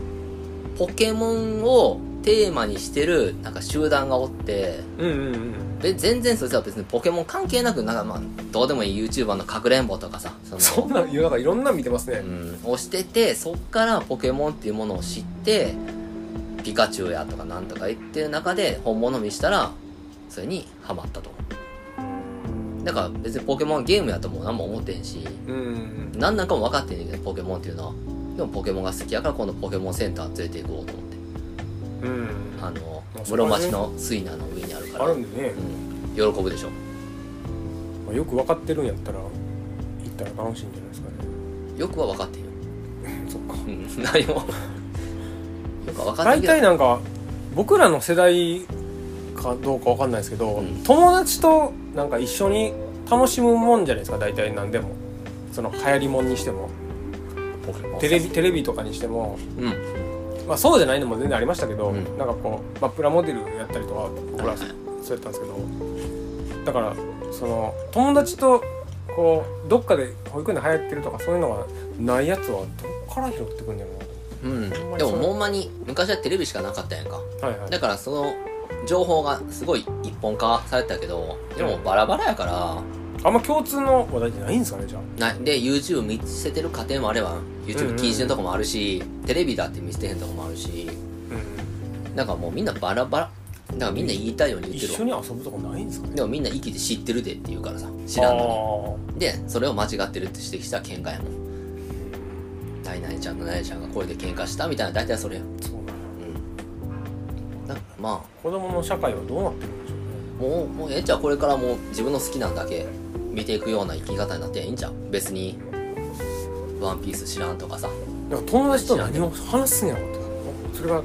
S2: ポケモンをテーマにしてるなんか集団がおって
S1: うんうんうん
S2: で全然そいつは別にポケモン関係なくなんかまあどうでもいい YouTuber のかくれんぼとかさその
S1: そんなんいやなんかいろんなの見てますね
S2: うん、をしててそっからポケモンっていうものを知ってピカチュウやとかなんとか言ってる中で本物見したらそれにハマったとだから別にポケモンはゲームやとも何も思ってんし
S1: うんうん
S2: 何なんかも分かってんねんけどポケモンっていうのはでもポケモンが好きやから今度ポケモンセンター連れて行こうと思って
S1: うんうん
S2: あ
S1: あ
S2: の
S1: あ
S2: 室町の水菜の上にあるから
S1: るんでね
S2: うん、喜ぶでしょ
S1: まあよく分かってるんやったら行ったら楽しいんじゃないですかね
S2: よくは分かってんよ、
S1: そっか
S2: うん、何もよくは分かって
S1: 大
S2: んけど
S1: 体なんか僕らの世代かどうかわかんないですけど、
S2: うん
S1: 友達となんか一緒に楽しむもんじゃないですか大体何でもその流行りもんにしても
S2: ポケモン
S1: テレビテレビとかにしても、
S2: うん
S1: まあ、そうじゃないのも全然ありましたけど、
S2: うん
S1: なんかこう、まあ、プラモデルやったりとか僕ら
S2: はい
S1: そう
S2: はい
S1: やったんですけど、だからその友達とこうどっかで保育園で流行ってるとかそういうのがないやつはどっから拾ってくんだろ
S2: うん、で
S1: んま
S2: も
S1: りそう
S2: ほんまに昔はテレビしかなかったやんか
S1: うなはいはい
S2: だからその情報がすごい一本化されてたけどでもバラバラやか
S1: あんま共通の話題じゃないんですかねじゃあ
S2: らなで YouTube 見せてる家庭もあれば YouTube 禁止のとこもあるし、テレビだって見せてへんとこもあるしなんかもうみんなバラバラだからみんな言いたいように言って
S1: 一
S2: る
S1: 緒
S2: わ
S1: に遊ぶとこないんですかね
S2: でもみんな生きて知ってるでって言うからさ知らんのにでそれを間違ってるって指摘したら喧嘩やもん大々ちゃんと大々ちゃんがこれで喧嘩したみたいな大体それやんう
S1: あーそうなんや
S2: んだからまあ
S1: 子供の社会はどうなってるんでしょうね
S2: もう、もうええんちゃうこれからもう自分の好きなんだけ見ていくような生き方になってええんちゃう別に、ワンピース知らんとかさ。
S1: だから友達と何を話すんやろってそれが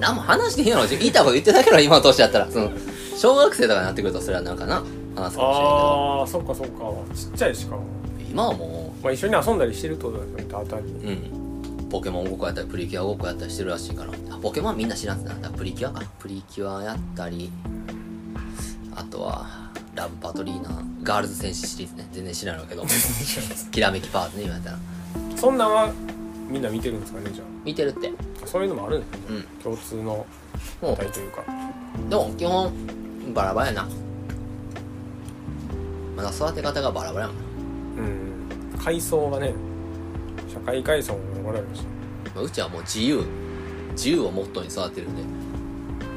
S2: 何も話してへんやろ。言いたいこと言ってたけど、今の年やったら。その、小学生とかになってくるとそれはなんかな、話すかもしれん
S1: あーそっかそっかちっちゃいしかも、
S2: けど。今はも
S1: まあ、一緒に遊んだりしてるってことですよねたたり
S2: う、うん。ポケモンごっこやったり、プリキュアごっこやったりしてるらしいから。あポケモンはみんな知らんってなったらプリキュアかな。プリキュアやったり、あとは、ラブパトリーナ、ガールズ戦士シリーズね。全然知らんのけど。きらめきパーツね、今やったら。
S1: そんなんはみんな見てるんですかねじゃ
S2: 見てるって。
S1: あそういうのもあるんですね、
S2: うん
S1: 共通の
S2: もう
S1: 話題というか
S2: でも基本バラバラやなまだ育て方がバラバラやもん
S1: うん階層がね社会階層も呼ばれるし
S2: まあうちはもう自由自由をモットーに育てるんで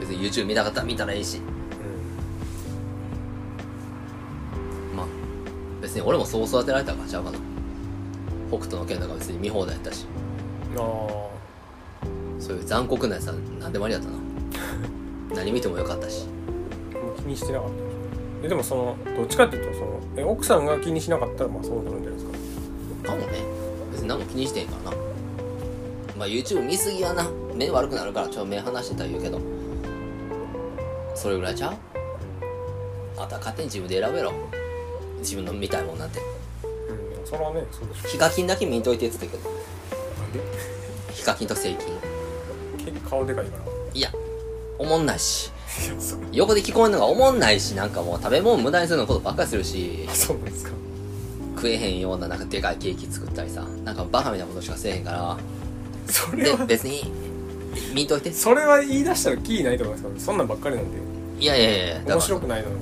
S2: 別に YouTube 見たかったら見たらいいしまあ別に俺もそう育てられたからちゃうかな北斗の剣とか別に見放題やったし
S1: うんああ
S2: そういう残酷なやつは何でもありだったな何見てもよかったし
S1: もう気にしてなかったでしょえでもそのどっちかっていうとそのえ奥さんが気にしなかったらまあそうなるんじゃないですか
S2: かもね別に何も気にしてへんからなまあ YouTube 見すぎはな目悪くなるからちょっと目離してたら言うけどそれぐらいちゃうあとは勝手に自分で選べろ自分の見たいもんなんて
S1: うんでもそれはねそうでしょ
S2: ヒカキンだけ見といてっつってんけど
S1: なんで
S2: ヒカキンとセイキン
S1: 結構顔でかいからい
S2: いやおもんないし
S1: や そう
S2: 横で聞こえるのがおもんないしなんかもう食べ物無駄にするのことばっかりするし
S1: そうなんですか
S2: 食えへんようななんかでかいケーキ作ったりさなんかバカみたいなことしかせえへんから
S1: それ
S2: で
S1: は
S2: 別に見といて
S1: それは言い出したらキーないと思いますからそんなんばっかりなんで
S2: いやいやいやいやだから
S1: 面白くないのが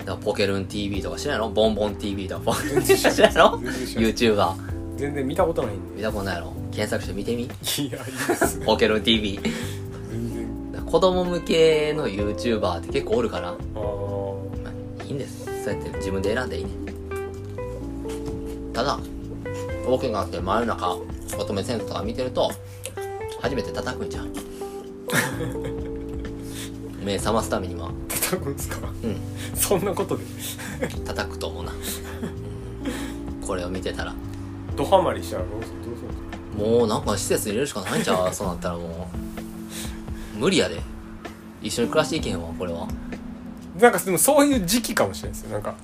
S2: だからポケルン TV とか知らんやろボンボン TV と かポケルン TV とか知らんやろ
S1: 全然知らん
S2: ?YouTuber
S1: 全然見たことないんで
S2: 見たことないやろ検索して見てみ
S1: いやいいです
S2: ポケルン TV だか
S1: 全然
S2: ら子供向けの YouTuber って結構おるから、
S1: ああ
S2: まあ、いいんですそうやって自分で選んでいいねただ大きくなって真夜中乙女戦争とか見てると初めて叩くんじ ゃん目覚ますためには
S1: 叩くんですか
S2: うん
S1: そんなことで
S2: 叩くと 思うなうんこれを見てたら
S1: ドハマりしたらどうするどうするんですか
S2: もうなんか施設に入れるしかないんちゃうそうなったらもう無理やで一緒に暮らしていけへんわこれは
S1: なんかでもそういう時期かもしれないですよなんか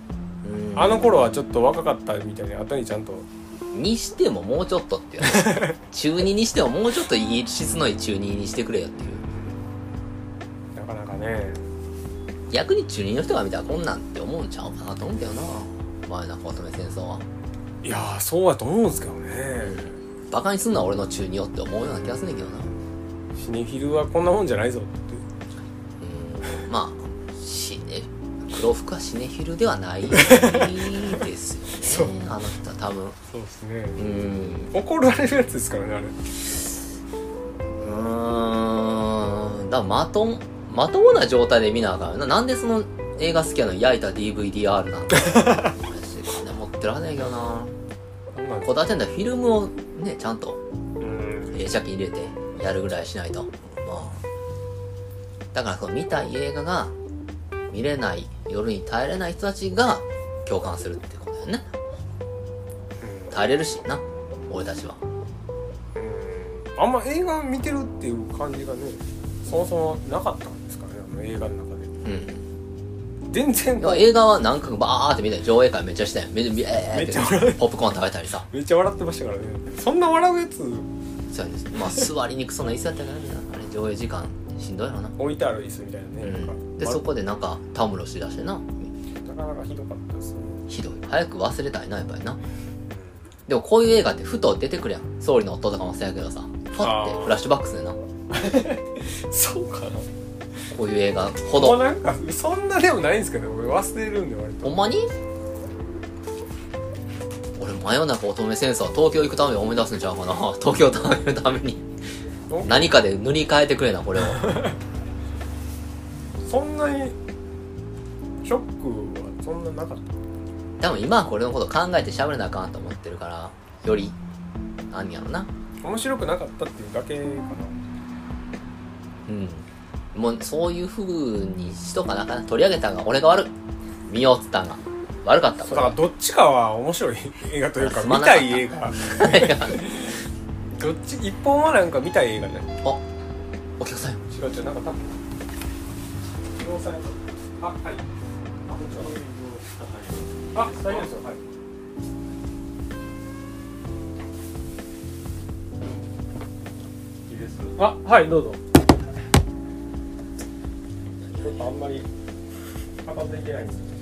S2: うん
S1: あの頃はちょっと若かったみたいで後にちゃんと
S2: にしてももうちょっ とっていう中二にしてももうちょっといい質のいい中二にしてくれよっていう
S1: なかなかね
S2: 逆に中二の人が見たらこんなんって思うんちゃうかなと思うけどな前の乙女戦争はい
S1: やーそうやと思うんですけどね
S2: バカにすんな俺の中二をって思うような気がするんだけどな
S1: シネフィルはこんなもんじゃないぞって
S2: うんまあシネ黒服はシネフィルではないですよね
S1: そう
S2: あの人は多分
S1: そうですね
S2: うん
S1: 怒られるやつですからねあれ
S2: うーんだからまともまともな状態で見なあかんよななんでその映画好きやのに焼いた DVDR なんて 私金持ってらんねえけどな
S1: こんなん
S2: こだわってんだフィルムをねちゃんと
S1: うん
S2: 映写機入れてやるぐらいしないと、まあ、だからその見たい映画が見れない夜に耐えれない人たちが共感するってことだよね耐えれるしな俺たちは
S1: うんあんま映画見てるっていう感じがねそもそもなかったんですからねあの映画の中で
S2: うん
S1: 全然
S2: でも映画は何回かバーって見たよ上映会めっちゃしたよめめえ
S1: めっ
S2: ー
S1: ちゃ
S2: ってポップコーン食べたりさ
S1: めっちゃ笑ってましたからねそんな笑うやつ
S2: そうやねまあ座りにくそうな椅子やったからねあれ上映時間しんどいよな
S1: 置いてある椅子みたいなね、
S2: う
S1: なんか
S2: んでそこでなんかタムロしだしてな
S1: なかなかひどかったですね
S2: ひどい早く忘れたいなやっぱりなでもこういう映画ってふと出てくるやん総理の夫とかもそうやけどさファってフラッシュバックするなこ
S1: そうかな
S2: ういう映画ほ
S1: もう
S2: ど
S1: なんかそんなでもないんですけど俺忘れるんで割
S2: ほん
S1: と
S2: まに俺真夜中乙女戦争は東京行くために思い出すんちゃうかな 東京食べるために
S1: お
S2: 何かで塗り替えてくれな これを
S1: そんなにショックはそんななかった
S2: 多分今はこれのこと考えて喋らなあかんと思ってるからより何やろな
S1: 面白くなかったっていうだけかな
S2: うんもうそういう風にしとかなあかん取り上げたんが俺が悪い見ようっつったんが悪かった
S1: だからどっちかは面白い映画というか
S2: すま
S1: 見
S2: なかったた
S1: い映画
S2: ら
S1: どっち一本はなんか見たい映画じゃない
S2: あ お客さんや
S1: 違う違うなんか多分不動産屋さんあはいあこんにちはあ大丈夫ですよはいあはいどうぞちょっとあんまり片付いてないんですけど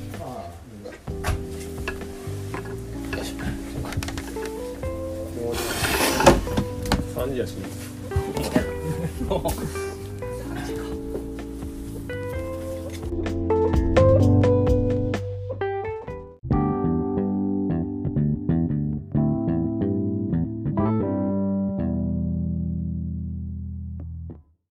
S2: よいしょ
S1: もう3時やし
S2: もう